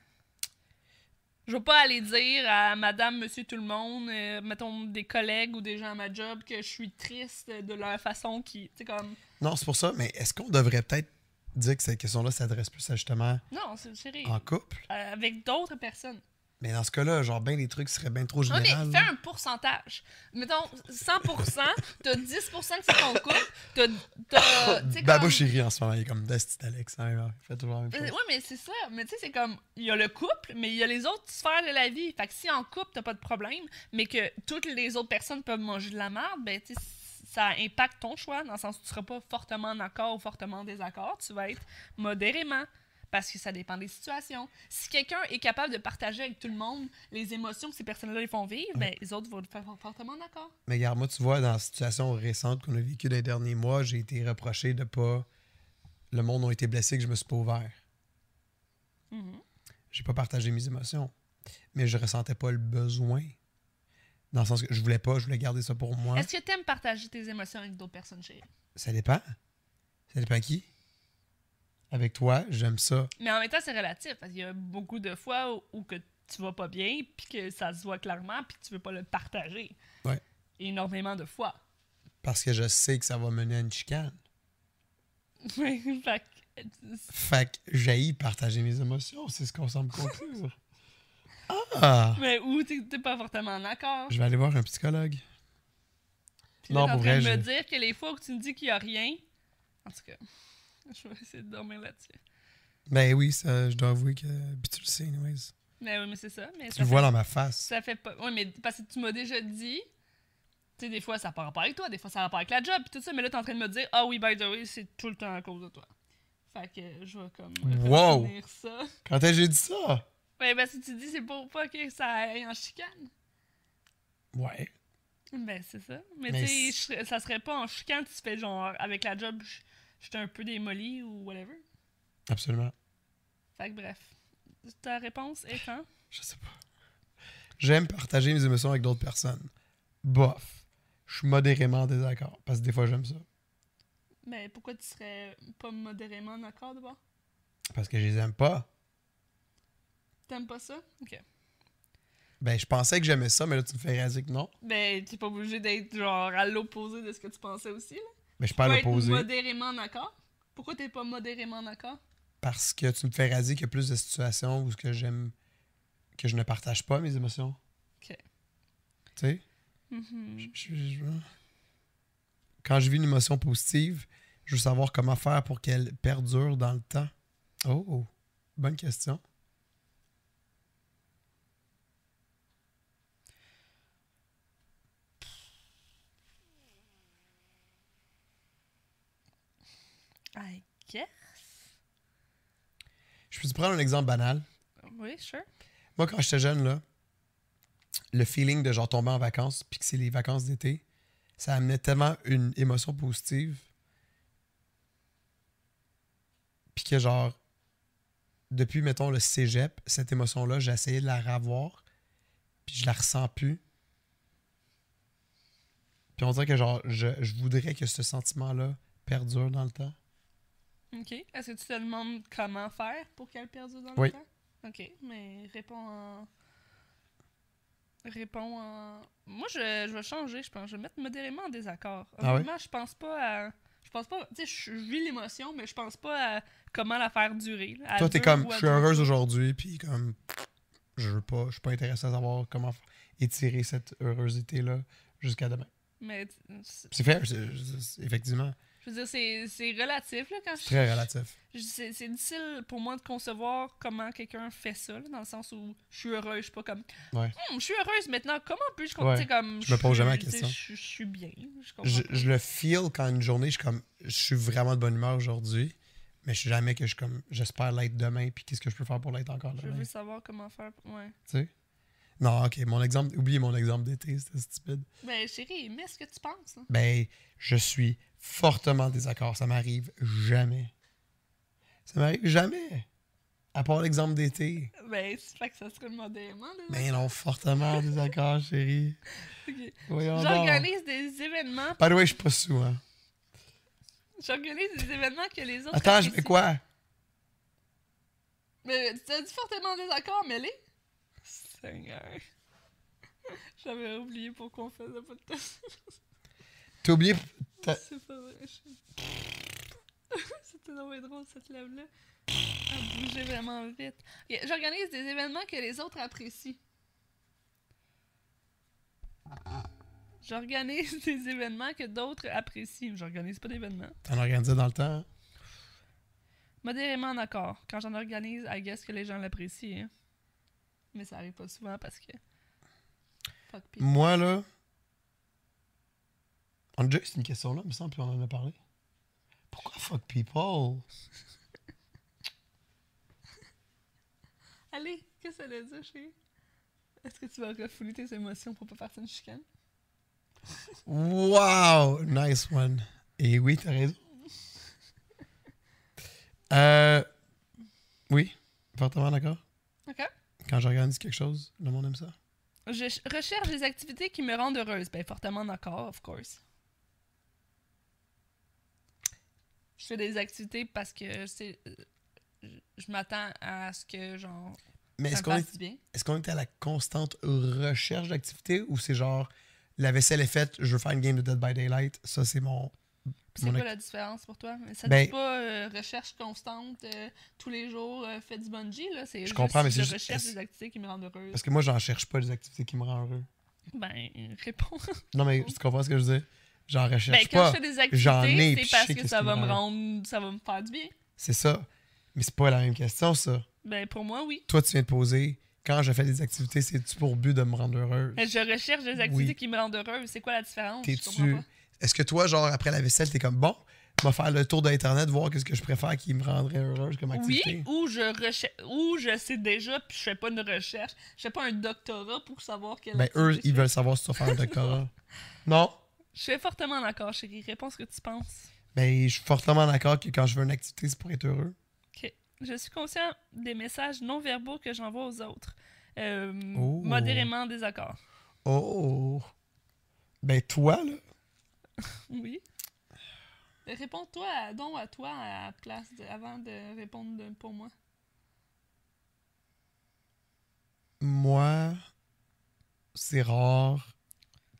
[SPEAKER 2] Je vais pas aller dire à madame, monsieur, tout le monde, euh, mettons des collègues ou des gens à ma job, que je suis triste de leur façon qui. Tu sais, comme.
[SPEAKER 1] Non, c'est pour ça, mais est-ce qu'on devrait peut-être dire que cette question-là s'adresse plus à justement
[SPEAKER 2] Non, c'est chérie.
[SPEAKER 1] en couple?
[SPEAKER 2] Euh, avec d'autres personnes.
[SPEAKER 1] Mais dans ce cas-là, genre, ben des trucs seraient bien trop
[SPEAKER 2] Non,
[SPEAKER 1] généraux.
[SPEAKER 2] mais fais un pourcentage. Mettons 100%, t'as 10% que c'est ton couple, t'as. t'as- tu sais,
[SPEAKER 1] Babou
[SPEAKER 2] comme-
[SPEAKER 1] chérie en ce moment, il est comme Dusty Alex, hein, genre, il fait toujours la même
[SPEAKER 2] Euh,
[SPEAKER 1] chose.
[SPEAKER 2] Ouais, mais c'est ça. Mais tu sais, c'est comme, il y a le couple, mais il y a les autres sphères de la vie. Fait que si en couple, t'as pas de problème, mais que toutes les autres personnes peuvent manger de la merde, ben tu sais, ça impacte ton choix, dans le sens où tu seras pas fortement en accord ou fortement en désaccord, tu vas être modérément. Parce que ça dépend des situations. Si quelqu'un est capable de partager avec tout le monde les émotions que ces personnes-là les font vivre, ben, les autres vont être fort- fortement d'accord.
[SPEAKER 1] Mais regarde, moi, tu vois, dans la situation récente qu'on a vécue dans les derniers mois, j'ai été reproché de pas. Le monde a été blessé que je me suis pas ouvert.
[SPEAKER 2] Mm-hmm.
[SPEAKER 1] J'ai pas partagé mes émotions. Mais je ressentais pas le besoin. Dans le sens que je voulais pas, je voulais garder ça pour moi.
[SPEAKER 2] Est-ce que t'aimes partager tes émotions avec d'autres personnes, chérie?
[SPEAKER 1] Ça dépend. Ça dépend qui. Avec toi, j'aime ça.
[SPEAKER 2] Mais en même temps, c'est relatif. Parce qu'il y a beaucoup de fois où, où que tu vas pas bien, puis que ça se voit clairement, puis tu veux pas le partager.
[SPEAKER 1] Ouais.
[SPEAKER 2] Énormément de fois.
[SPEAKER 1] Parce que je sais que ça va mener à une chicane.
[SPEAKER 2] fait que, euh,
[SPEAKER 1] Fait que j'ai partager mes émotions, c'est ce qu'on semble conclure. ah!
[SPEAKER 2] mais où t'es t'es pas fortement d'accord.
[SPEAKER 1] Je vais aller voir un psychologue.
[SPEAKER 2] Puis là,
[SPEAKER 1] Non,
[SPEAKER 2] t'es en
[SPEAKER 1] pour
[SPEAKER 2] train de
[SPEAKER 1] vrai,
[SPEAKER 2] me
[SPEAKER 1] je-
[SPEAKER 2] dire que les fois où tu me dis qu'il y a rien. En tout cas, je vais essayer de dormir là-dessus.
[SPEAKER 1] Ben oui, ça, je dois avouer que. Puis tu le sais, anyways.
[SPEAKER 2] Mais oui, mais c'est ça. Mais
[SPEAKER 1] Tu
[SPEAKER 2] ça
[SPEAKER 1] le
[SPEAKER 2] fait-
[SPEAKER 1] vois dans ma face.
[SPEAKER 2] Ça fait pas. Oui, mais parce que tu m'as déjà dit. Tu sais, des fois, ça part rapport avec toi, des fois, ça part avec la job, pis tout ça, mais là, t'es en train de me dire, ah oui, by the way, c'est tout le temps à cause de toi. Fait que euh, je vais comme.
[SPEAKER 1] Wow!
[SPEAKER 2] retenir ça.
[SPEAKER 1] Quand est-ce que j'ai dit ça?
[SPEAKER 2] Ouais, parce que tu dis, c'est pour pas que ça aille en chicane.
[SPEAKER 1] Ouais.
[SPEAKER 2] Ben, c'est ça. Mais,
[SPEAKER 1] Mais
[SPEAKER 2] tu sais, je serais- ça serait pas en chicane si tu fais genre, avec la job, je- j'étais un peu démolie ou whatever.
[SPEAKER 1] Absolument.
[SPEAKER 2] Fait que bref. Ta réponse est quand?
[SPEAKER 1] Je sais pas. J'aime partager mes émotions avec d'autres personnes. Bof. Je suis modérément en désaccord. Parce que des fois, j'aime ça.
[SPEAKER 2] Mais Ben, pourquoi tu serais pas modérément d'accord de bord?
[SPEAKER 1] Parce que je les aime pas.
[SPEAKER 2] T'aimes pas ça? Ok.
[SPEAKER 1] Ben, je pensais que j'aimais ça, mais là, tu me fais réaliser que non.
[SPEAKER 2] Ben, t'es pas obligé d'être genre à l'opposé de ce que tu pensais aussi. Là.
[SPEAKER 1] Mais Ben, je suis pas
[SPEAKER 2] Tu
[SPEAKER 1] à
[SPEAKER 2] peux être
[SPEAKER 1] l'opposé.
[SPEAKER 2] modérément d'accord. Pourquoi t'es pas modérément d'accord?
[SPEAKER 1] Parce que tu me fais réaliser qu'il y a plus de situations où ce que j'aime. que je ne partage pas mes émotions.
[SPEAKER 2] Ok. Mm.
[SPEAKER 1] Tu sais?
[SPEAKER 2] Mm-hmm.
[SPEAKER 1] Je- je- je- Quand je vis une émotion positive, je veux savoir comment faire pour qu'elle perdure dans le temps. Oh, oh. bonne question.
[SPEAKER 2] I guess.
[SPEAKER 1] Je peux te prendre un exemple banal.
[SPEAKER 2] Oui, sure.
[SPEAKER 1] Moi, quand j'étais jeune, là, le feeling de genre tomber en vacances, puis que c'est les vacances d'été, ça amenait tellement une émotion positive. Puis que genre, depuis, mettons, le cégep, cette émotion-là, j'ai essayé de la ravoir, puis je la ressens plus. Puis on dirait que genre, je, je voudrais que ce sentiment-là perdure dans le temps.
[SPEAKER 2] Ok. Est-ce que tu te demandes comment faire pour qu'elle perde dans le
[SPEAKER 1] Oui.
[SPEAKER 2] temps? Ok, mais réponds en. Réponds en. Moi, je, je vais changer, je pense. Je vais mettre modérément en désaccord.
[SPEAKER 1] Ah ouais?
[SPEAKER 2] Honnêtement, je pense pas à. Je pense pas. Tu sais, je je vis l'émotion, mais je pense pas à comment la faire durer. là, à
[SPEAKER 1] Toi, t'es
[SPEAKER 2] deux
[SPEAKER 1] comme,
[SPEAKER 2] ou à
[SPEAKER 1] je suis
[SPEAKER 2] deux
[SPEAKER 1] heureuse aujourd'hui, puis comme, je veux pas, je suis pas intéressé à savoir comment. f- étirer cette heureuse été-là jusqu'à demain.
[SPEAKER 2] Mais c'est-
[SPEAKER 1] C'est fair, c'est- c'est- c'est- effectivement.
[SPEAKER 2] je veux dire, c'est c'est relatif, là, quand
[SPEAKER 1] C'est
[SPEAKER 2] je-
[SPEAKER 1] très relatif.
[SPEAKER 2] je- C'est c'est difficile pour moi de concevoir comment quelqu'un fait ça, là, dans le sens où je suis heureuse, je suis pas comme.
[SPEAKER 1] Ouais.
[SPEAKER 2] Hum, je suis heureuse maintenant, comment puis-je.
[SPEAKER 1] Ouais.
[SPEAKER 2] tu sais, comme,
[SPEAKER 1] Je me pose
[SPEAKER 2] suis-
[SPEAKER 1] jamais la
[SPEAKER 2] tu sais,
[SPEAKER 1] question.
[SPEAKER 2] Je, je suis bien. Je comprends.
[SPEAKER 1] Je, je le feel quand une journée, je suis comme, je suis vraiment de bonne humeur aujourd'hui, mais je suis jamais que je suis comme, j'espère l'être demain, puis qu'est-ce que je peux faire pour l'être encore
[SPEAKER 2] Je
[SPEAKER 1] demain.
[SPEAKER 2] veux savoir comment faire. pour- Ouais.
[SPEAKER 1] Tu sais? Non, ok, mon exemple, oubliez mon exemple d'été, c'était stupide.
[SPEAKER 2] Ben, chérie, mais ce que tu penses. hein.
[SPEAKER 1] Ben, je suis fortement en désaccord. Ça m'arrive jamais. Ça m'arrive jamais. À part l'exemple d'été.
[SPEAKER 2] Ben, c'est pas que ça serait le modèle. hein, là.
[SPEAKER 1] Mais non, fortement en désaccord, chérie.
[SPEAKER 2] Ok.
[SPEAKER 1] Voyons donc.
[SPEAKER 2] J'organise des événements.
[SPEAKER 1] By the way, je suis pas sous, hein.
[SPEAKER 2] J'organise des événements que les autres.
[SPEAKER 1] Attends, je
[SPEAKER 2] apprécient.
[SPEAKER 1] fais quoi?
[SPEAKER 2] Mais tu as dit fortement en désaccord, mais les. Seigneur. J'avais oublié pourquoi on faisait pas de test.
[SPEAKER 1] T'as oublié... t'as-
[SPEAKER 2] C'est pas vrai. je- C'était vraiment drôle cette lèvre-là. Elle bougeait vraiment vite. Ok, J'organise des événements que les autres apprécient. J'organise des événements que d'autres apprécient. J'organise pas d'événements.
[SPEAKER 1] T'en organisais dans le temps, hein?
[SPEAKER 2] Modérément en accord. Quand j'en organise, I guess que les gens l'apprécient. hein. Mais ça arrive pas souvent parce que. Fuck people.
[SPEAKER 1] Moi, là... On a déjà eu cette question-là, il me semble, puis on en a parlé. Pourquoi fuck people?
[SPEAKER 2] Allez, qu'est-ce que ça veut dire, chérie? Est-ce que tu vas refouler tes émotions pour pas partir une chicane?
[SPEAKER 1] Wow! Nice one. Et oui, t'as raison. Euh, oui, fortement d'accord.
[SPEAKER 2] Ok.
[SPEAKER 1] Quand j'organise quelque chose, le monde aime ça.
[SPEAKER 2] Je ch- recherche des activités qui me rendent heureuse. Ben, fortement d'accord, of course. Je fais des activités parce que c'est. euh, Je, je m'attends à ce que, genre.
[SPEAKER 1] Mais
[SPEAKER 2] ça
[SPEAKER 1] est-ce
[SPEAKER 2] me
[SPEAKER 1] qu'on
[SPEAKER 2] fasse
[SPEAKER 1] est,
[SPEAKER 2] du bien.
[SPEAKER 1] est-ce qu'on est à la constante recherche d'activité ou c'est genre la vaisselle est faite, je veux faire une game de Dead by Daylight, ça c'est mon.
[SPEAKER 2] C'est
[SPEAKER 1] mon
[SPEAKER 2] quoi
[SPEAKER 1] ac-
[SPEAKER 2] la différence pour toi? Ça
[SPEAKER 1] Ben-
[SPEAKER 2] dit pas euh, recherche constante, euh, tous les jours, euh, fais du bungee, là. C'est
[SPEAKER 1] Je
[SPEAKER 2] juste,
[SPEAKER 1] comprends, mais c'est
[SPEAKER 2] je
[SPEAKER 1] juste-
[SPEAKER 2] recherche
[SPEAKER 1] est-ce-
[SPEAKER 2] des activités qui me rendent heureuse.
[SPEAKER 1] Parce que moi j'en cherche pas des activités qui me rendent heureux.
[SPEAKER 2] Ben, réponds.
[SPEAKER 1] Non mais tu comprends ce que je veux dire? J'en
[SPEAKER 2] Ben,
[SPEAKER 1] recherche
[SPEAKER 2] quand
[SPEAKER 1] pas.
[SPEAKER 2] je fais des
[SPEAKER 1] j'en ai,
[SPEAKER 2] activités,
[SPEAKER 1] puis
[SPEAKER 2] c'est
[SPEAKER 1] je
[SPEAKER 2] parce
[SPEAKER 1] sais
[SPEAKER 2] que
[SPEAKER 1] qu'est-ce
[SPEAKER 2] ça
[SPEAKER 1] qui
[SPEAKER 2] va
[SPEAKER 1] me
[SPEAKER 2] me
[SPEAKER 1] rend
[SPEAKER 2] rendre, ça va me faire du bien.
[SPEAKER 1] C'est ça. Mais c'est pas la même question ça.
[SPEAKER 2] Ben, pour moi, oui.
[SPEAKER 1] toi, tu viens de poser, quand je fais des activités, c'est-tu pour but de me rendre heureuse?
[SPEAKER 2] Mais Je recherche des activités
[SPEAKER 1] Oui.
[SPEAKER 2] qui me rendent heureuse. C'est quoi la différence? Je
[SPEAKER 1] T'es-tu.
[SPEAKER 2] comprends pas.
[SPEAKER 1] Est-ce que toi, genre, après la vaisselle, t'es comme bon, va faire le tour d'Internet, voir qu'est-ce que je préfère qui me rendrait heureuse comme
[SPEAKER 2] Oui,
[SPEAKER 1] activité?
[SPEAKER 2] ou je recherche, ou je sais déjà, puis je fais pas une recherche. Je fais pas un doctorat pour savoir quelle
[SPEAKER 1] Ben, eux,
[SPEAKER 2] activité je
[SPEAKER 1] ils
[SPEAKER 2] fais.
[SPEAKER 1] veulent savoir si tu vas faire un doctorat. non?
[SPEAKER 2] Je suis fortement d'accord, chérie. Réponds ce que tu penses.
[SPEAKER 1] Ben, je suis fortement d'accord que quand je veux une activité, c'est pour être heureux.
[SPEAKER 2] Ok. Je suis conscient des messages non verbaux que j'envoie aux autres. Euh,
[SPEAKER 1] Oh.
[SPEAKER 2] Modérément en désaccord.
[SPEAKER 1] Oh! Ben, toi, là,
[SPEAKER 2] Oui. Ben, Réponds-toi à- donc à toi à la place de- avant de répondre de- pour moi.
[SPEAKER 1] moi, c'est rare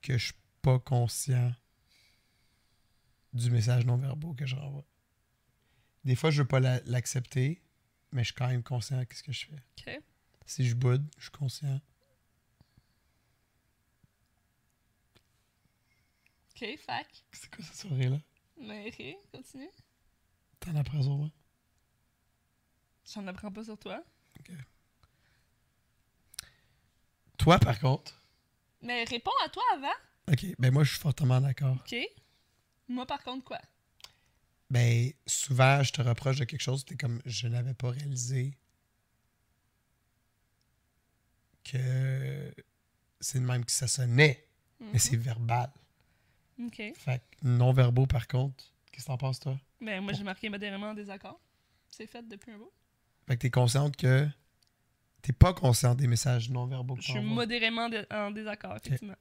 [SPEAKER 1] que je suis pas conscient du message non-verbal que je renvoie. Des fois, je veux pas la- l'accepter, mais je suis quand même conscient de ce que je fais.
[SPEAKER 2] Ok.
[SPEAKER 1] Si je boude, je suis conscient.
[SPEAKER 2] Ok, fac.
[SPEAKER 1] C'est quoi cette soirée-là?
[SPEAKER 2] Mais ok, continue.
[SPEAKER 1] T'en apprends sur moi?
[SPEAKER 2] J'en apprends pas sur toi.
[SPEAKER 1] Toi, par contre,
[SPEAKER 2] Mais réponds à toi avant.
[SPEAKER 1] ok, ben moi, je suis fortement d'accord.
[SPEAKER 2] Ok. Moi, par contre, quoi?
[SPEAKER 1] Ben, souvent, je te reproche de quelque chose, t'es comme, je n'avais pas réalisé que c'est de même que ça sonnait,
[SPEAKER 2] Mhm.
[SPEAKER 1] mais c'est verbal.
[SPEAKER 2] Ok.
[SPEAKER 1] Fait que non-verbaux, par contre, qu'est-ce que t'en penses, toi?
[SPEAKER 2] Mais Ben, moi, j'ai marqué modérément en désaccord. C'est fait depuis un bout.
[SPEAKER 1] Fait que t'es consciente que t'es pas consciente des messages non-verbaux que
[SPEAKER 2] Je suis
[SPEAKER 1] t'envoies.
[SPEAKER 2] modérément dé- en désaccord, effectivement.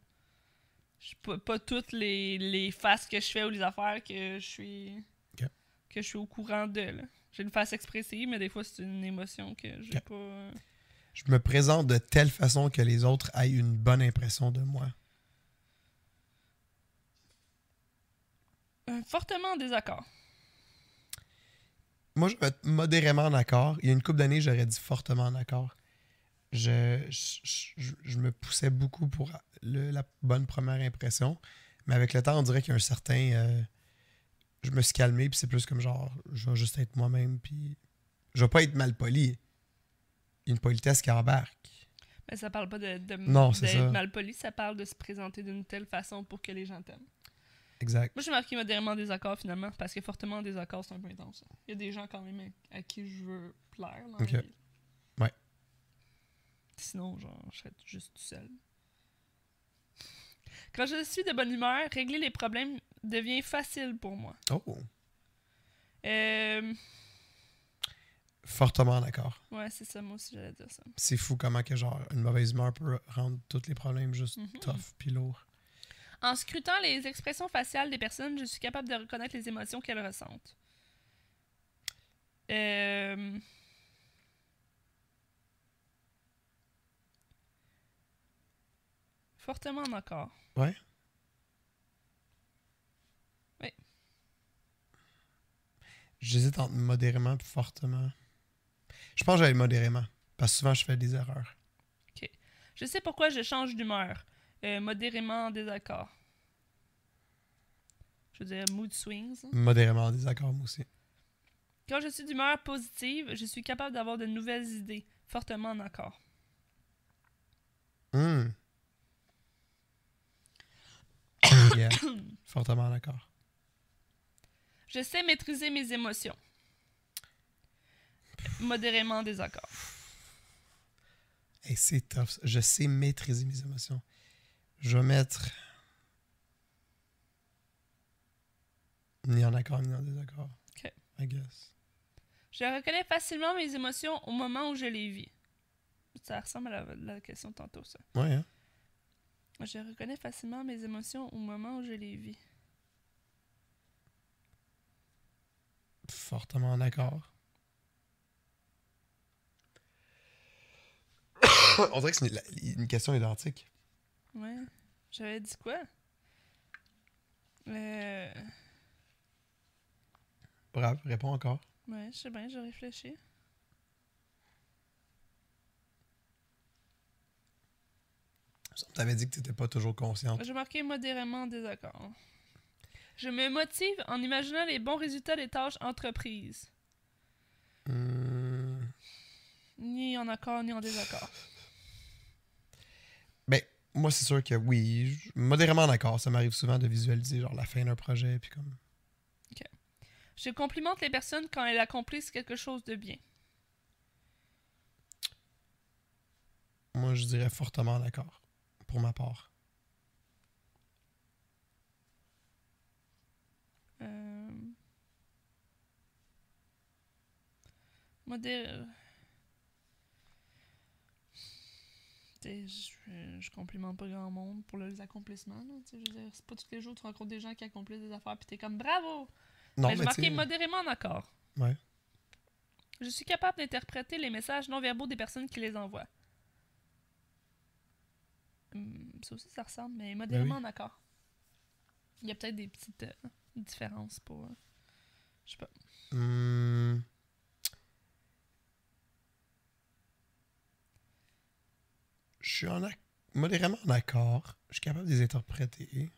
[SPEAKER 2] Je suis pas, pas toutes les, les faces que je fais ou les affaires que je suis
[SPEAKER 1] Ok.
[SPEAKER 2] que je suis au courant de. là. J'ai une face expressive, mais des fois c'est une émotion que j'ai
[SPEAKER 1] Ok.
[SPEAKER 2] pas. euh,
[SPEAKER 1] Je me présente de telle façon que les autres aient une bonne impression de moi.
[SPEAKER 2] euh, Fortement en désaccord.
[SPEAKER 1] Moi, je vais être modérément d'accord. Il y a une couple d'années, j'aurais dit fortement d'accord. je, je, je- je me poussais beaucoup pour le- la bonne première impression. Mais avec le temps, on dirait qu'il y a un certain. euh, je me suis calmé, puis c'est plus comme genre, je vais juste être moi-même, puis je vais pas être mal poli. Une politesse qui embarque.
[SPEAKER 2] Mais ça parle pas de, de
[SPEAKER 1] Non, c'est
[SPEAKER 2] d'être
[SPEAKER 1] ça.
[SPEAKER 2] mal poli, ça parle de se présenter d'une telle façon pour que les gens t'aiment.
[SPEAKER 1] Exact.
[SPEAKER 2] Moi, j'ai marqué modérément en désaccord finalement, parce que fortement en désaccord, c'est un peu intense. Il y a des gens quand même à, à qui je veux plaire. Dans la
[SPEAKER 1] Ok.
[SPEAKER 2] vie.
[SPEAKER 1] Ouais.
[SPEAKER 2] Sinon, genre, je serais juste tout seul. Quand je suis de bonne humeur, régler les problèmes devient facile pour moi.
[SPEAKER 1] Oh,
[SPEAKER 2] Euh,
[SPEAKER 1] fortement d'accord.
[SPEAKER 2] ouais, c'est ça, moi aussi, j'allais dire ça.
[SPEAKER 1] C'est fou comment que genre une mauvaise humeur peut rendre tous les problèmes juste
[SPEAKER 2] Mhm.
[SPEAKER 1] tough puis lourds.
[SPEAKER 2] En scrutant les expressions faciales des personnes, je suis capable de reconnaître les émotions qu'elles ressentent. Euh, Fortement encore.
[SPEAKER 1] Ouais.
[SPEAKER 2] Oui.
[SPEAKER 1] J'hésite entre modérément et fortement. Je pense que j'allais modérément parce que souvent je fais des erreurs.
[SPEAKER 2] Je sais pourquoi je change d'humeur. Euh, modérément en désaccord. Je veux dire, mood swings. hein.
[SPEAKER 1] Modérément en désaccord, moi aussi.
[SPEAKER 2] Quand je suis d'humeur positive, je suis capable d'avoir de nouvelles idées. Fortement en accord.
[SPEAKER 1] Hmm. yeah. Fortement d'accord.
[SPEAKER 2] Je sais maîtriser mes émotions. Modérément en désaccord.
[SPEAKER 1] Hey, c'est tough. ça. Je sais maîtriser mes émotions. Je vais mettre. Ni en accord, ni en désaccord.
[SPEAKER 2] Ok.
[SPEAKER 1] I guess.
[SPEAKER 2] Je reconnais facilement mes émotions au moment où je les vis. Ça ressemble à la, la question de tantôt, ça.
[SPEAKER 1] Ouais, hein?
[SPEAKER 2] Je reconnais facilement mes émotions au moment où je les vis.
[SPEAKER 1] Fortement en accord. On dirait que c'est une, la- une question identique.
[SPEAKER 2] Ouais. J'avais dit quoi? Euh...
[SPEAKER 1] Bravo, réponds encore.
[SPEAKER 2] Ouais, je sais bien, je réfléchis.
[SPEAKER 1] On t'avait dit que t'étais pas toujours consciente.
[SPEAKER 2] Je marquais modérément en désaccord. Je me motive en imaginant les bons résultats des tâches entreprises.
[SPEAKER 1] Hmm.
[SPEAKER 2] Ni en accord, ni en désaccord.
[SPEAKER 1] Ben, moi, c'est sûr que oui, je- modérément d'accord. Ça m'arrive souvent de visualiser genre la fin d'un projet, puis comme.
[SPEAKER 2] Je complimente les personnes quand elles accomplissent quelque chose de bien.
[SPEAKER 1] Moi, je dirais fortement d'accord, pour ma part.
[SPEAKER 2] Euh... Modé... T'sais, Je, je complimente pas grand monde pour leurs accomplissements. là, t'sais, je veux dire, c'est pas tous les jours que tu rencontres des gens qui accomplissent des affaires puis t'es comme bravo!
[SPEAKER 1] Non,
[SPEAKER 2] mais Ben, je
[SPEAKER 1] tu sais,
[SPEAKER 2] marquais modérément en accord.
[SPEAKER 1] Ouais.
[SPEAKER 2] Je suis capable d'interpréter les messages non-verbaux des personnes qui les envoient. Hum, ça aussi, ça ressemble, mais modérément
[SPEAKER 1] Ben
[SPEAKER 2] en accord. Il y a peut-être des petites euh, différences pour. euh, je sais pas.
[SPEAKER 1] hmm, Je suis en ac- modérément en accord. Je suis capable de les interpréter.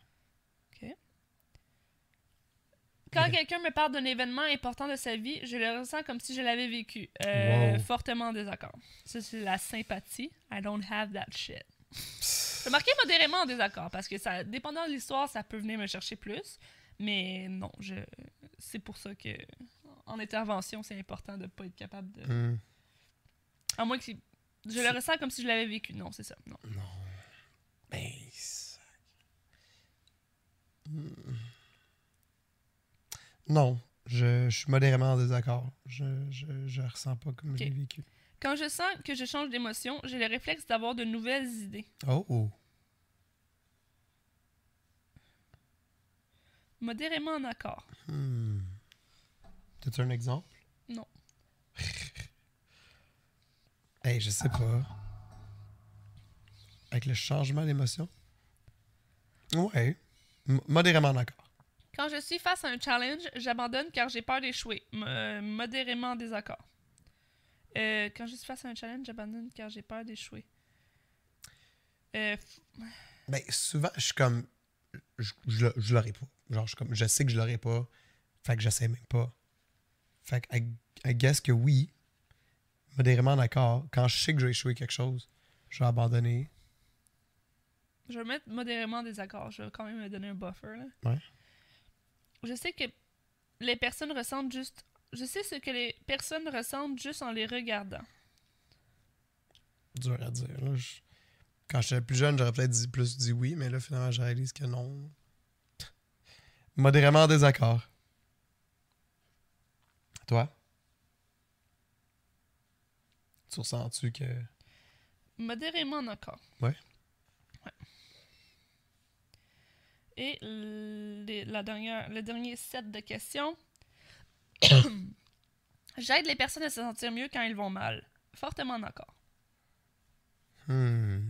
[SPEAKER 2] Quand
[SPEAKER 1] Ouais.
[SPEAKER 2] quelqu'un me parle d'un événement important de sa vie, je le ressens comme si je l'avais vécu. Euh,
[SPEAKER 1] Wow.
[SPEAKER 2] Fortement en désaccord. Ça, c'est la sympathie. I don't have that shit. C'est marqué modérément en désaccord parce que ça, dépendant de l'histoire, ça peut venir me chercher plus. Mais non, je, c'est pour ça que en intervention, c'est important de pas être capable de.
[SPEAKER 1] Hmm,
[SPEAKER 2] À moins que c'est- je le ressens comme si je l'avais vécu. Non, c'est ça. Non.
[SPEAKER 1] ben, c'est- Hmm. Non, je, je suis modérément en désaccord. Je, je, je ressens pas comme je
[SPEAKER 2] Ok.
[SPEAKER 1] l'ai vécu.
[SPEAKER 2] Quand je sens que je change d'émotion, j'ai le réflexe d'avoir de nouvelles idées.
[SPEAKER 1] Oh, oh.
[SPEAKER 2] Modérément en accord.
[SPEAKER 1] Hmm. T'as-tu un exemple?
[SPEAKER 2] Non.
[SPEAKER 1] Hey, je sais pas. Avec le changement d'émotion? Ouais. M- modérément d'accord.
[SPEAKER 2] Quand je suis face à un challenge, j'abandonne car j'ai peur d'échouer. M- euh, modérément en désaccord. Euh, quand je suis face à un challenge, j'abandonne car j'ai peur d'échouer. Euh,
[SPEAKER 1] Ben, souvent, je suis comme. Je, je, le- je l'aurais pas. Genre, je, suis comme, je sais que je l'aurais pas. Fait que j'essaie même pas. Fait que, I, I guess que oui. Modérément d'accord. Quand je sais que je vais échouer quelque chose, je vais abandonner.
[SPEAKER 2] Je vais mettre modérément en désaccord. Je vais quand même me donner un buffer. Là.
[SPEAKER 1] Ouais.
[SPEAKER 2] Je sais que les personnes ressentent juste. Je sais ce que les personnes ressentent juste en les regardant.
[SPEAKER 1] Dur à dire. là. Je- Quand j'étais plus jeune, j'aurais peut-être dit, plus dit oui, mais là, finalement, je réalise que non. Modérément en désaccord. Toi? Tu ressens-tu que.
[SPEAKER 2] Modérément en accord.
[SPEAKER 1] Ouais.
[SPEAKER 2] Ouais. Et les- la dernière, le dernier set de questions. J'aide les personnes à se sentir mieux quand ils vont mal. Fortement en accord.
[SPEAKER 1] Hmm.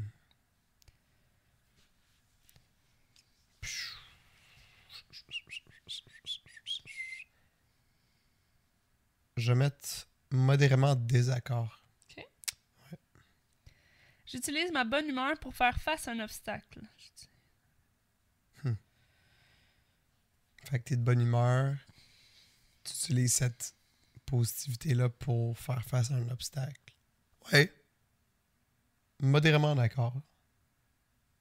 [SPEAKER 1] Je vais mettre modérément en désaccord.
[SPEAKER 2] J'utilise ma bonne humeur pour faire face à un obstacle.
[SPEAKER 1] Fait que t'es de bonne humeur. Tu utilises cette positivité-là pour faire face à un obstacle. Ouais. Modérément d'accord.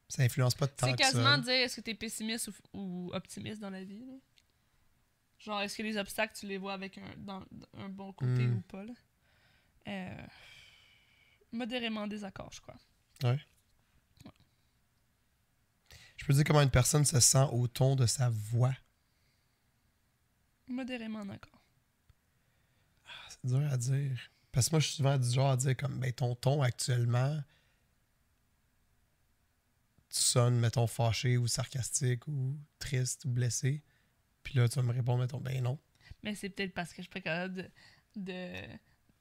[SPEAKER 1] Ça influence pas de temps
[SPEAKER 2] C'est
[SPEAKER 1] que ça.
[SPEAKER 2] quasiment dire est-ce que t'es pessimiste ou, ou optimiste dans la vie. là. Genre, est-ce que les obstacles, tu les vois avec un, dans- un bon côté
[SPEAKER 1] Hmm.
[SPEAKER 2] ou pas. là. Euh, modérément en désaccord, je crois.
[SPEAKER 1] Je peux dire comment une personne se sent au ton de sa voix.
[SPEAKER 2] Modérément en accord.
[SPEAKER 1] C'est dur à dire. Parce que moi, je suis souvent du genre à dire comme, ben, ton ton actuellement, tu sonnes, mettons, fâché ou sarcastique ou triste ou blessé. Puis là, tu vas me répondre, mettons, ben non.
[SPEAKER 2] Mais c'est peut-être parce que je suis pas capable de- de-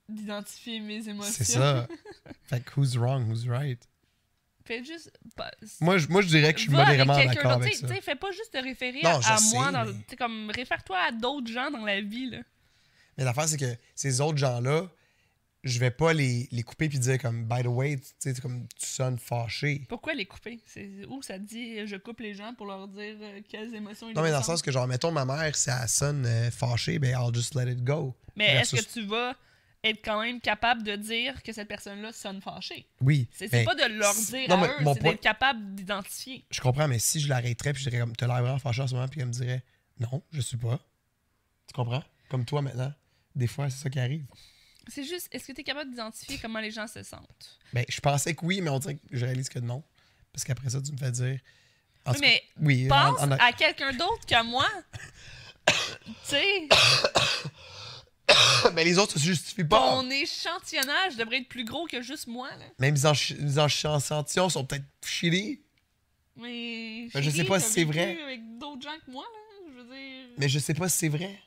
[SPEAKER 2] d'identifier mes émotions.
[SPEAKER 1] C'est ça. fait que who's wrong, who's right?
[SPEAKER 2] Fais juste. pas-
[SPEAKER 1] Moi, je, moi, je dirais que je suis
[SPEAKER 2] Va avec
[SPEAKER 1] modérément
[SPEAKER 2] quelqu'un
[SPEAKER 1] d'accord
[SPEAKER 2] d'autre.
[SPEAKER 1] avec ça.
[SPEAKER 2] T'sais- t'sais, fais pas juste te référer
[SPEAKER 1] Non,
[SPEAKER 2] à,
[SPEAKER 1] je
[SPEAKER 2] à
[SPEAKER 1] sais,
[SPEAKER 2] moi. dans-
[SPEAKER 1] mais-
[SPEAKER 2] t'sais, comme, réfère-toi à d'autres gens dans la vie. Là.
[SPEAKER 1] Mais l'affaire, c'est que ces autres gens-là, je vais pas les, les couper puis dire comme, by the way, tu sais, c'est comme, tu sonnes fâché.
[SPEAKER 2] Pourquoi les couper? C'est où ça dit euh, je coupe les gens pour leur dire euh, quelles émotions ils
[SPEAKER 1] Non, mais dans le
[SPEAKER 2] ressentent?
[SPEAKER 1] sens que, genre, mettons, ma mère, si elle sonne euh, fâchée, ben, I'll just let it go.
[SPEAKER 2] Mais est-ce
[SPEAKER 1] versus-
[SPEAKER 2] que tu vas être quand même capable de dire que cette personne-là sonne fâchée?
[SPEAKER 1] Oui.
[SPEAKER 2] C'est c'est
[SPEAKER 1] mais
[SPEAKER 2] pas de leur
[SPEAKER 1] c'est-
[SPEAKER 2] dire
[SPEAKER 1] non,
[SPEAKER 2] à
[SPEAKER 1] mais
[SPEAKER 2] eux,
[SPEAKER 1] mon
[SPEAKER 2] c'est
[SPEAKER 1] point-
[SPEAKER 2] d'être capable d'identifier.
[SPEAKER 1] Je comprends, mais si je l'arrêterais puis je dirais comme, t'as l'air vraiment fâché en ce moment, puis elle me dirait, non, je suis pas. Tu comprends? Comme toi maintenant. Des fois, c'est ça qui arrive.
[SPEAKER 2] C'est juste, est-ce que tu es capable d'identifier comment les gens se sentent?
[SPEAKER 1] Ben, je pensais que oui, mais on dirait que je réalise que non. Parce qu'après ça, tu me fais dire. En
[SPEAKER 2] Oui,
[SPEAKER 1] tout cas,
[SPEAKER 2] mais
[SPEAKER 1] oui,
[SPEAKER 2] pense
[SPEAKER 1] en- en-
[SPEAKER 2] à quelqu'un d'autre qu'à moi. tu sais,
[SPEAKER 1] Ben, les autres, ça se justifie pas.
[SPEAKER 2] ton échantillonnage devrait être plus gros que juste moi. Là.
[SPEAKER 1] Même les ench- les enchantillons sont peut-être chillés,
[SPEAKER 2] Mais
[SPEAKER 1] Ben, je sais
[SPEAKER 2] chérie,
[SPEAKER 1] pas
[SPEAKER 2] t'as
[SPEAKER 1] si c'est
[SPEAKER 2] vécu
[SPEAKER 1] vrai.
[SPEAKER 2] Avec d'autres gens que moi, là. Je veux dire.
[SPEAKER 1] mais je sais pas si c'est vrai.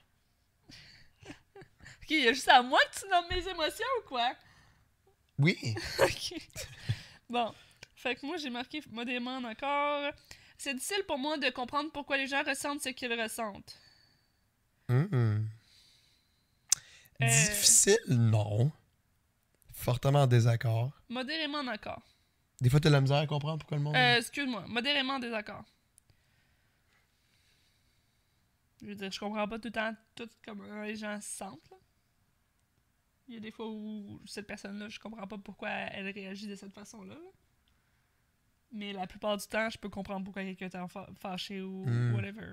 [SPEAKER 2] Ok, il y a juste à moi que tu nommes mes émotions ou quoi?
[SPEAKER 1] Oui.
[SPEAKER 2] Ok. bon. Fait que moi, j'ai marqué modérément en encore. C'est difficile pour moi de comprendre pourquoi les gens ressentent ce qu'ils ressentent.
[SPEAKER 1] Mhm.
[SPEAKER 2] Euh.
[SPEAKER 1] Difficile, non. Fortement en désaccord.
[SPEAKER 2] Modérément en accord.
[SPEAKER 1] Des fois, t'as de la misère à comprendre pourquoi le monde.
[SPEAKER 2] Euh, excuse-moi, modérément en désaccord. Je veux dire, je comprends pas tout le temps tout comment les gens se sentent. là. Il y a des fois où cette personne-là, je comprends pas pourquoi elle réagit de cette façon-là. là. Mais la plupart du temps, je peux comprendre pourquoi quelqu'un est en fa- fâché ou
[SPEAKER 1] Hmm.
[SPEAKER 2] whatever.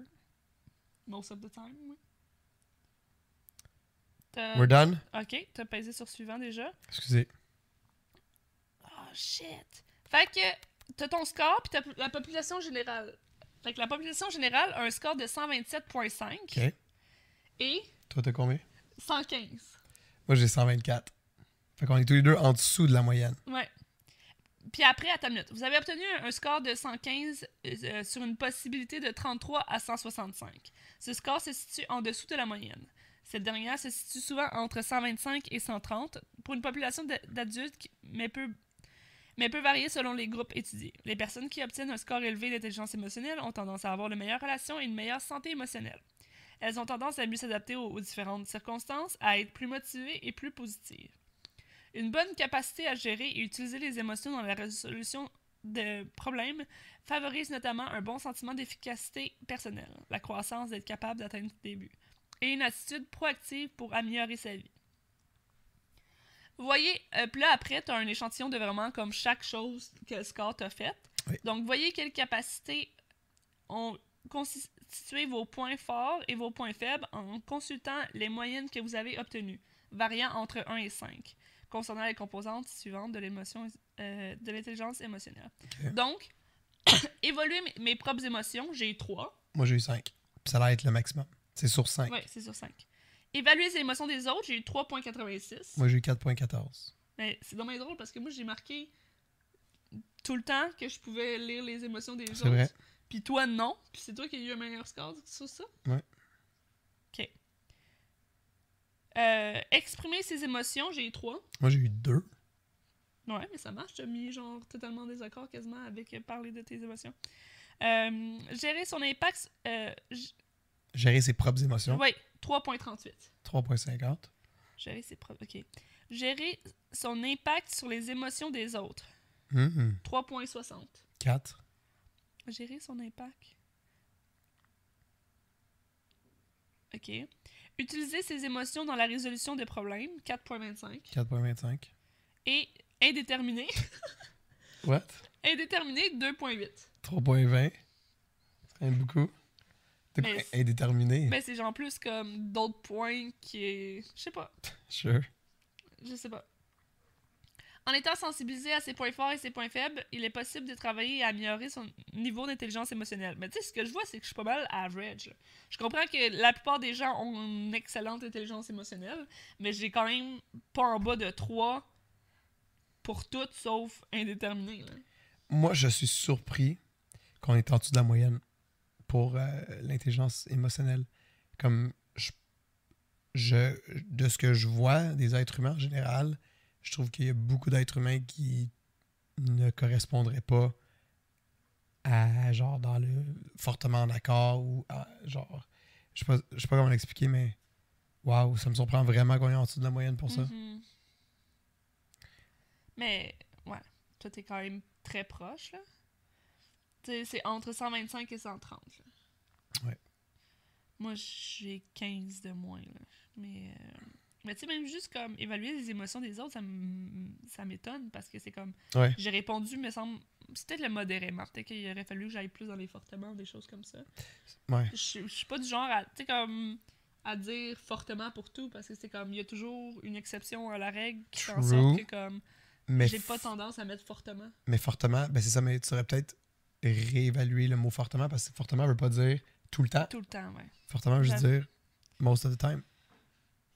[SPEAKER 2] Most of the time, oui. T'as-
[SPEAKER 1] We're done?
[SPEAKER 2] Ok, t'as pesé sur suivant déjà.
[SPEAKER 1] Excusez.
[SPEAKER 2] Oh shit! Fait que t'as ton score puis t'as la population générale. Fait que la population générale a un score de 127.5
[SPEAKER 1] OK.
[SPEAKER 2] et
[SPEAKER 1] Toi, t'as combien?
[SPEAKER 2] 115.
[SPEAKER 1] Moi, j'ai 124. Fait qu'on est tous les deux en dessous de la moyenne.
[SPEAKER 2] Ouais. Puis après, à ta minute, vous avez obtenu un un score de 115 euh, sur une possibilité de 33 à 165. Ce score se situe en dessous de la moyenne. Cette dernière se situe souvent entre 125 et 130 pour une population de- d'adultes, qui- mais peut, mais peut varier selon les groupes étudiés. Les personnes qui obtiennent un score élevé d'intelligence émotionnelle ont tendance à avoir de meilleures relations et une meilleure santé émotionnelle. Elles ont tendance à mieux s'adapter aux, aux différentes circonstances, à être plus motivées et plus positives. Une bonne capacité à gérer et utiliser les émotions dans la résolution de problèmes favorise notamment un bon sentiment d'efficacité personnelle, la croissance d'être capable d'atteindre ses buts, et une attitude proactive pour améliorer sa vie. Vous voyez, euh, puis là après, tu as un échantillon de vraiment comme chaque chose que le score t'a faite.
[SPEAKER 1] Oui.
[SPEAKER 2] Donc, voyez quelles capacités ont constitué vos points forts et vos points faibles en consultant les moyennes que vous avez obtenues, variant entre 1 et 5, concernant les composantes suivantes de l'émotion, euh, de l'intelligence émotionnelle.
[SPEAKER 1] Ok.
[SPEAKER 2] Donc, évoluer mes, mes propres émotions, j'ai 3.
[SPEAKER 1] Moi, j'ai eu 5. Puis ça va être le maximum. C'est sur 5.
[SPEAKER 2] Ouais, c'est sur 5. Évaluer les émotions des autres, j'ai eu 3.86.
[SPEAKER 1] Moi, j'ai eu 4.14.
[SPEAKER 2] Mais c'est dommage drôle parce que moi, j'ai marqué tout le temps que je pouvais lire les émotions des
[SPEAKER 1] C'est
[SPEAKER 2] autres.
[SPEAKER 1] vrai.
[SPEAKER 2] Puis toi, non. Puis c'est toi qui as eu un meilleur score sur ça.
[SPEAKER 1] Ouais.
[SPEAKER 2] OK. Euh, exprimer ses émotions, j'ai eu trois.
[SPEAKER 1] Moi, j'ai eu 2.
[SPEAKER 2] Ouais, mais ça marche. T'as mis genre totalement en désaccord quasiment avec euh, parler de tes émotions. Euh, gérer son impact, euh, j-
[SPEAKER 1] Gérer ses propres émotions.
[SPEAKER 2] ouais, 3.38.
[SPEAKER 1] 3.50.
[SPEAKER 2] Gérer ses propres. OK. Gérer son impact sur les émotions des autres,
[SPEAKER 1] Mhm.
[SPEAKER 2] 3.60.
[SPEAKER 1] 4.
[SPEAKER 2] Gérer son impact. OK. Utiliser ses émotions dans la résolution des problèmes, 4.25.
[SPEAKER 1] 4.25.
[SPEAKER 2] Et indéterminé,
[SPEAKER 1] What?
[SPEAKER 2] indéterminé, 2.8.
[SPEAKER 1] 3.20. C'est quand même beaucoup. De quoi
[SPEAKER 2] Mais c'est-
[SPEAKER 1] indéterminé.
[SPEAKER 2] Mais Ben, c'est genre plus comme d'autres points qui est... Je sais pas.
[SPEAKER 1] Sure.
[SPEAKER 2] Je sais pas. En étant sensibilisé à ses points forts et ses points faibles, il est possible de travailler et améliorer son niveau d'intelligence émotionnelle. Mais tu sais, ce que je vois, c'est que je suis pas mal average. là. Je comprends que la plupart des gens ont une excellente intelligence émotionnelle, mais j'ai quand même pas en bas de 3 pour toutes sauf indéterminé. là.
[SPEAKER 1] Moi, je suis surpris qu'on est en dessous de la moyenne pour euh, l'intelligence émotionnelle. Comme je, je- de ce que je vois des êtres humains en général, je trouve qu'il y a beaucoup d'êtres humains qui ne correspondraient pas à genre dans le fortement en accord ou à, genre je sais pas je sais pas comment l'expliquer mais waouh ça me surprend vraiment qu'on est en dessous de la moyenne pour ça.
[SPEAKER 2] Mhm. Mais, ouais, toi, t'es quand même très proche, là. Tu sais, c'est entre 125 et 130, là.
[SPEAKER 1] Ouais.
[SPEAKER 2] Moi, j'ai 15 de moins, là. Mais, euh, mais tu sais, même juste comme évaluer les émotions des autres, ça m- ça m'étonne parce que c'est comme.
[SPEAKER 1] Ouais.
[SPEAKER 2] J'ai répondu, me semble. C'est peut-être le modérément. Peut-être qu'il aurait fallu que j'aille plus dans les fortement, des choses comme ça.
[SPEAKER 1] Ouais.
[SPEAKER 2] Je je suis pas du genre à, tu sais, comme, à dire fortement pour tout parce que c'est comme, il y a toujours une exception à la règle qui fait en sorte
[SPEAKER 1] True.
[SPEAKER 2] que comme,
[SPEAKER 1] Mais
[SPEAKER 2] j'ai pas
[SPEAKER 1] f-
[SPEAKER 2] tendance à mettre fortement.
[SPEAKER 1] Mais fortement, ben c'est ça, mais tu saurais peut-être réévaluer le mot fortement parce que fortement veut pas dire tout le temps.
[SPEAKER 2] Tout le temps, ouais.
[SPEAKER 1] Fortement veut juste
[SPEAKER 2] J'avoue.
[SPEAKER 1] dire most of the time,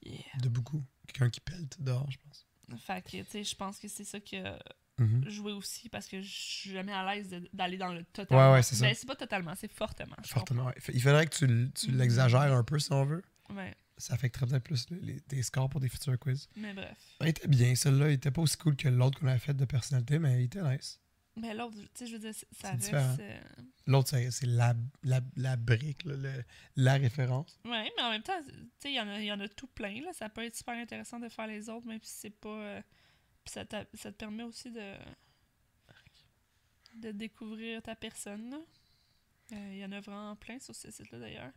[SPEAKER 2] Yeah.
[SPEAKER 1] de beaucoup. Quelqu'un qui pèlte dehors, je pense.
[SPEAKER 2] Fait que, tu sais, je pense que c'est ça que
[SPEAKER 1] Mhm.
[SPEAKER 2] jouer aussi parce que je suis jamais à l'aise de- d'aller dans le totalement.
[SPEAKER 1] Ouais, ouais, c'est ça.
[SPEAKER 2] Ben, c'est pas totalement, c'est fortement. je
[SPEAKER 1] Fortement, ouais. Fait- Il faudrait que tu, l- tu
[SPEAKER 2] Mhm.
[SPEAKER 1] l'exagères un peu si on veut.
[SPEAKER 2] comprends. Ouais,
[SPEAKER 1] Ça affecterait peut-être plus les, les- tes scores pour des futurs quiz.
[SPEAKER 2] mais bref.
[SPEAKER 1] Ben, il était bien, celui-là. Il était pas aussi cool que l'autre qu'on a fait de personnalité, mais il était nice.
[SPEAKER 2] Mais l'autre, tu sais, je veux dire, c'est- ça
[SPEAKER 1] C'est
[SPEAKER 2] reste.
[SPEAKER 1] différent.
[SPEAKER 2] euh,
[SPEAKER 1] L'autre, c'est c'est la, la, la brique, là, le- la référence.
[SPEAKER 2] Ouais, mais en même temps, tu sais, il y, en a- il y en a tout plein, là. Ça peut être super intéressant de faire les autres, même si c'est pas... euh, puis ça, t'a- ça te permet aussi de... de découvrir ta personne, là. Euh, Il y en a vraiment plein sur ce site-là, d'ailleurs.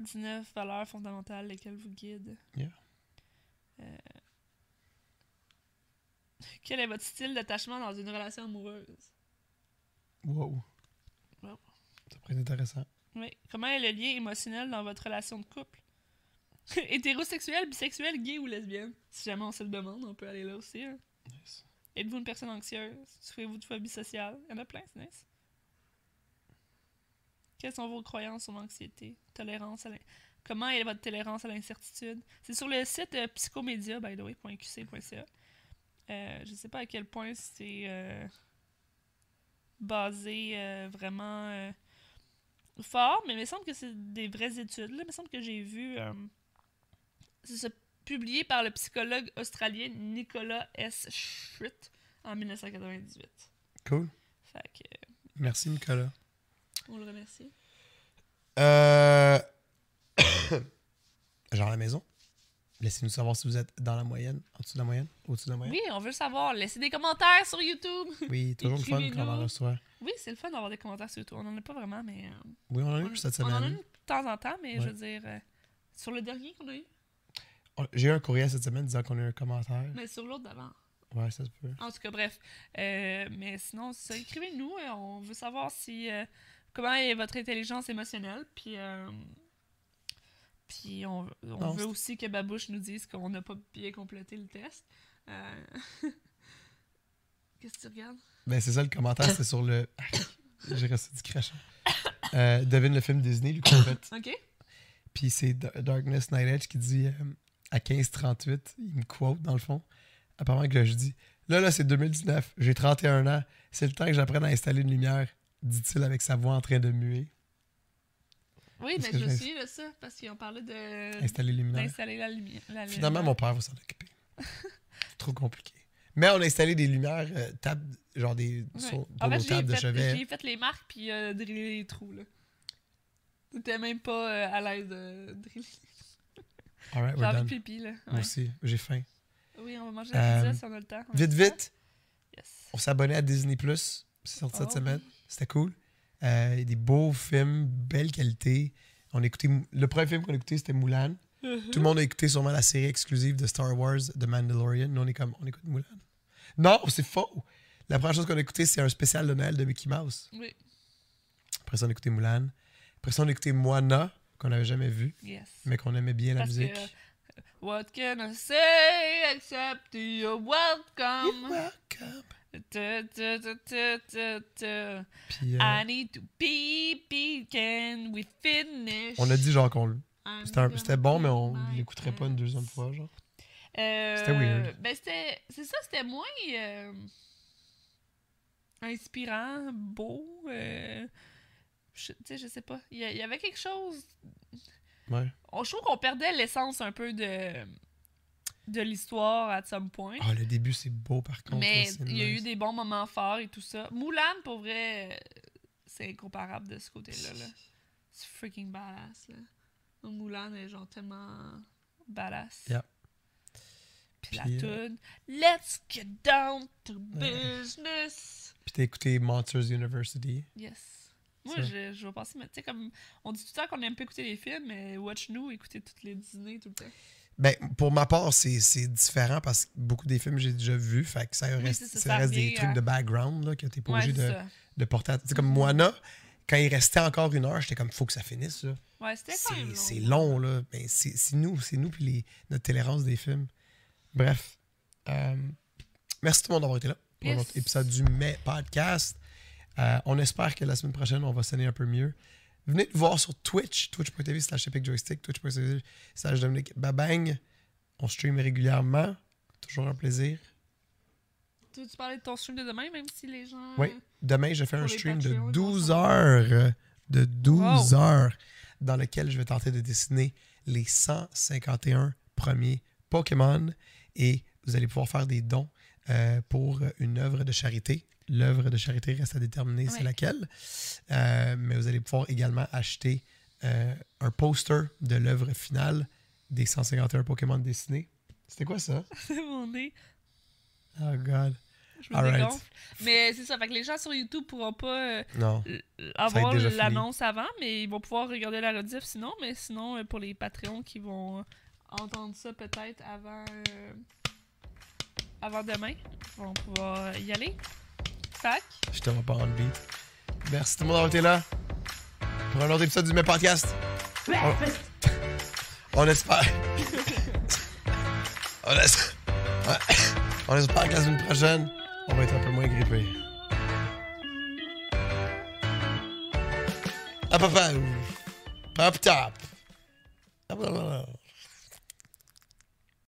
[SPEAKER 2] 19 valeurs fondamentales, lesquelles vous guident.
[SPEAKER 1] Yeah.
[SPEAKER 2] Euh, Quel est votre style d'attachement dans une relation amoureuse?
[SPEAKER 1] Wow.
[SPEAKER 2] Wow.
[SPEAKER 1] Ça pourrait être intéressant.
[SPEAKER 2] Oui. Comment est le lien émotionnel dans votre relation de couple? Hétérosexuel, bisexuel, gay ou lesbienne? Si jamais on se le demande, on peut aller là aussi. hein.
[SPEAKER 1] Nice.
[SPEAKER 2] Êtes-vous une personne anxieuse? Souffrez-vous de phobie sociale? Il y en a plein, c'est nice. Quelles sont vos croyances sur l'anxiété? Tolérance à l'in- Comment est votre tolérance à l'incertitude? C'est sur le site euh, psychomédia, by the way, .qc.ca. Euh, je sais pas à quel point c'est euh, basé euh, vraiment euh, fort, mais il me semble que c'est des vraies études. Là. Il me semble que j'ai vu. euh, c'est ça, publié par le psychologue australien Nicolas S. Schritt en 1998.
[SPEAKER 1] Cool.
[SPEAKER 2] Fait que,
[SPEAKER 1] Merci, Nicolas.
[SPEAKER 2] on le remercie.
[SPEAKER 1] Euh... Genre à Euh, la maison. Laissez-nous savoir si vous êtes dans la moyenne, en dessous de la moyenne, au-dessus de la moyenne.
[SPEAKER 2] Oui, on veut le savoir. Laissez des commentaires sur YouTube.
[SPEAKER 1] Oui, toujours le fun quand on en
[SPEAKER 2] Écrivez-nous.
[SPEAKER 1] reçoit.
[SPEAKER 2] Oui, c'est le fun d'avoir des commentaires sur YouTube. On en a pas vraiment, mais. euh,
[SPEAKER 1] Oui, on en a
[SPEAKER 2] on-
[SPEAKER 1] eu cette
[SPEAKER 2] on en a
[SPEAKER 1] semaine.
[SPEAKER 2] eu de temps en temps, mais
[SPEAKER 1] Ouais.
[SPEAKER 2] je veux dire, euh, sur le dernier qu'on a eu,
[SPEAKER 1] On- J'ai eu un courriel cette semaine disant qu'on a eu un commentaire.
[SPEAKER 2] mais sur l'autre d'avant.
[SPEAKER 1] Ouais, ça se peut.
[SPEAKER 2] En tout cas, bref. Euh, mais sinon, c'est ça. écrivez-nous. euh, On veut savoir si euh, comment est votre intelligence émotionnelle. Puis, euh, puis on, on
[SPEAKER 1] Non,
[SPEAKER 2] veut
[SPEAKER 1] c'est-
[SPEAKER 2] aussi que Babouche nous dise qu'on n'a pas bien complété le test. Euh, Qu'est-ce que tu regardes?
[SPEAKER 1] Ben, c'est ça le commentaire, c'est sur le. J'ai resté du crachat. Euh, devine le film Disney, lui, qu'on fait.
[SPEAKER 2] OK?
[SPEAKER 1] Puis c'est Da- Darkness Night Edge qui dit euh, à 15h38, il me quote dans le fond. Apparemment que je dis Là, là, c'est 2019, j'ai 31 ans, c'est le temps que j'apprenne à installer une lumière, dit-il avec sa voix en train de muer.
[SPEAKER 2] Oui,
[SPEAKER 1] Est-ce
[SPEAKER 2] mais
[SPEAKER 1] que
[SPEAKER 2] je me
[SPEAKER 1] j'ai-
[SPEAKER 2] souviens de ça parce qu'on parlait de
[SPEAKER 1] Installer une lumière.
[SPEAKER 2] Euh, d'installer la lumière. la
[SPEAKER 1] Finalement, mon
[SPEAKER 2] lumière.
[SPEAKER 1] père va s'en occuper. Trop compliqué. Mais on a installé des lumières, euh, table, genre des.
[SPEAKER 2] Ouais.
[SPEAKER 1] sur- pour
[SPEAKER 2] En fait,
[SPEAKER 1] nos tables de
[SPEAKER 2] j'ai fait,
[SPEAKER 1] chevet.
[SPEAKER 2] j'ai fait les marques puis euh, drillé les trous. là. T'étais même pas euh, à l'aise de driller.
[SPEAKER 1] All right,
[SPEAKER 2] J'ai
[SPEAKER 1] we're
[SPEAKER 2] envie
[SPEAKER 1] done.
[SPEAKER 2] de pipi, là.
[SPEAKER 1] Moi
[SPEAKER 2] Ouais.
[SPEAKER 1] aussi, j'ai faim.
[SPEAKER 2] Oui, on va manger la pizza
[SPEAKER 1] Euh,
[SPEAKER 2] si on a le temps. On a
[SPEAKER 1] Vite,
[SPEAKER 2] le temps.
[SPEAKER 1] vite,
[SPEAKER 2] Yes.
[SPEAKER 1] on s'est abonné à Disney Plus. C'est sorti cette
[SPEAKER 2] Oh.
[SPEAKER 1] semaine. C'était cool. Euh, il y a des beaux films, belle qualité. On a écouté, le premier film qu'on a écouté, c'était Mulan.
[SPEAKER 2] Mm.
[SPEAKER 1] Tout le monde a écouté sûrement la série exclusive de Star Wars, The Mandalorian. Nous, on est comme, on écoute Mulan. Non, c'est faux. La première chose qu'on a écouté, c'est un spécial de Noël de Mickey Mouse.
[SPEAKER 2] Oui,
[SPEAKER 1] Après ça, on a écouté Mulan. Après ça, on a écouté Moana, qu'on n'avait jamais vu,
[SPEAKER 2] yes.
[SPEAKER 1] mais qu'on aimait bien la
[SPEAKER 2] Parce que- euh,
[SPEAKER 1] musique.
[SPEAKER 2] What can I say except you're welcome?
[SPEAKER 1] Welcome.
[SPEAKER 2] Tu, tu, tu, tu, tu, tu.
[SPEAKER 1] Puis, euh,
[SPEAKER 2] I need to pee, pee, can we finish?
[SPEAKER 1] on a dit genre qu'on le-
[SPEAKER 2] I'm
[SPEAKER 1] c'était un-
[SPEAKER 2] gonna
[SPEAKER 1] C'était bon, mais on
[SPEAKER 2] pee my
[SPEAKER 1] l'écouterait pas une deuxième
[SPEAKER 2] pants.
[SPEAKER 1] fois, genre.
[SPEAKER 2] Euh,
[SPEAKER 1] C'était weird.
[SPEAKER 2] Ben c'était, c'est ça, c'était moins euh, inspirant, beau. euh, je- tu sais, je sais pas. Il y, a- il y avait quelque chose.
[SPEAKER 1] Ouais.
[SPEAKER 2] On, je trouve qu'on perdait l'essence un peu de de l'histoire à some point.
[SPEAKER 1] Ah, le début, c'est beau, par contre.
[SPEAKER 2] mais
[SPEAKER 1] là, c'est
[SPEAKER 2] il y a
[SPEAKER 1] nice.
[SPEAKER 2] eu des bons moments forts et tout ça. Moulin, pour vrai, euh, c'est incomparable de ce côté-là. là. C'est freaking badass. Là. Moulin est genre tellement badass.
[SPEAKER 1] Yeah.
[SPEAKER 2] Puis la
[SPEAKER 1] Puis, euh,
[SPEAKER 2] toune Let's get down to
[SPEAKER 1] Ouais.
[SPEAKER 2] business.
[SPEAKER 1] Puis t'as écouté Monsters University.
[SPEAKER 2] Yes. Moi,
[SPEAKER 1] Ça.
[SPEAKER 2] je, je vais passer, mais tu sais, comme on dit tout le temps qu'on aime pas écouter les films, mais Watch Nous, écouter toutes les Disney tout le temps.
[SPEAKER 1] Ben, pour ma part, c'est c'est différent parce que beaucoup des films j'ai déjà vus. Fait que ça reste,
[SPEAKER 2] c'est ça,
[SPEAKER 1] ça
[SPEAKER 2] ça
[SPEAKER 1] reste des
[SPEAKER 2] revient
[SPEAKER 1] trucs
[SPEAKER 2] à-
[SPEAKER 1] de background là, que t'es pas
[SPEAKER 2] Ouais,
[SPEAKER 1] obligé
[SPEAKER 2] c'est
[SPEAKER 1] de,
[SPEAKER 2] ça.
[SPEAKER 1] de porter. à- Tu sais, comme Moana, quand il restait encore une heure, j'étais comme, faut que ça finisse. là.
[SPEAKER 2] Ouais, c'était quand même
[SPEAKER 1] C'est c'est
[SPEAKER 2] long.
[SPEAKER 1] long, là. Mais c'est c'est nous, c'est nous, puis les- notre tolérance des films. Bref. Euh, merci tout le monde d'avoir été là pour
[SPEAKER 2] Yes.
[SPEAKER 1] notre épisode du mai podcast. Euh, on espère que la semaine prochaine, on va sonner un peu mieux. Venez nous voir sur Twitch, twitch.tv slash Epic Joystick, twitch.tv slash Dominique Babang. On stream régulièrement. Toujours un plaisir.
[SPEAKER 2] Toi, tu parlais de ton stream de demain, même si les gens.
[SPEAKER 1] Oui. Demain, je fais
[SPEAKER 2] Mm-hmm. Pour
[SPEAKER 1] un
[SPEAKER 2] les
[SPEAKER 1] stream de
[SPEAKER 2] Patreons,
[SPEAKER 1] 12
[SPEAKER 2] on s'en-
[SPEAKER 1] heures. euh, De 12
[SPEAKER 2] Wow.
[SPEAKER 1] heures dans lequel je vais tenter de dessiner les 151 premiers Pokémon. Et vous allez pouvoir faire des dons euh, pour une œuvre de charité. L'œuvre de charité reste à déterminer c'est
[SPEAKER 2] Ouais.
[SPEAKER 1] laquelle. Euh, mais vous allez pouvoir également acheter euh, un poster de l'œuvre finale des 151 Pokémon dessinés. C'était quoi ça?
[SPEAKER 2] C'est mon nez.
[SPEAKER 1] Oh God.
[SPEAKER 2] Je me
[SPEAKER 1] All right.
[SPEAKER 2] dégonfle. Mais c'est ça. Fait que les gens sur YouTube pourront pas euh,
[SPEAKER 1] Non.
[SPEAKER 2] euh,
[SPEAKER 1] va être
[SPEAKER 2] avoir
[SPEAKER 1] déjà fini.
[SPEAKER 2] l'annonce avant, mais ils vont pouvoir regarder la rediff sinon. Mais sinon, euh, pour les Patreons qui vont euh, entendre ça peut-être avant, euh, avant demain, ils vont pouvoir y aller. Tac.
[SPEAKER 1] Je te vois pas en beat. Merci tout le monde d'avoir été là pour un autre épisode du même podcast. On, on espère. on, es- on espère que la semaine prochaine, on va être un peu moins grippé. Ah papa, pop top. Ah, blablabla.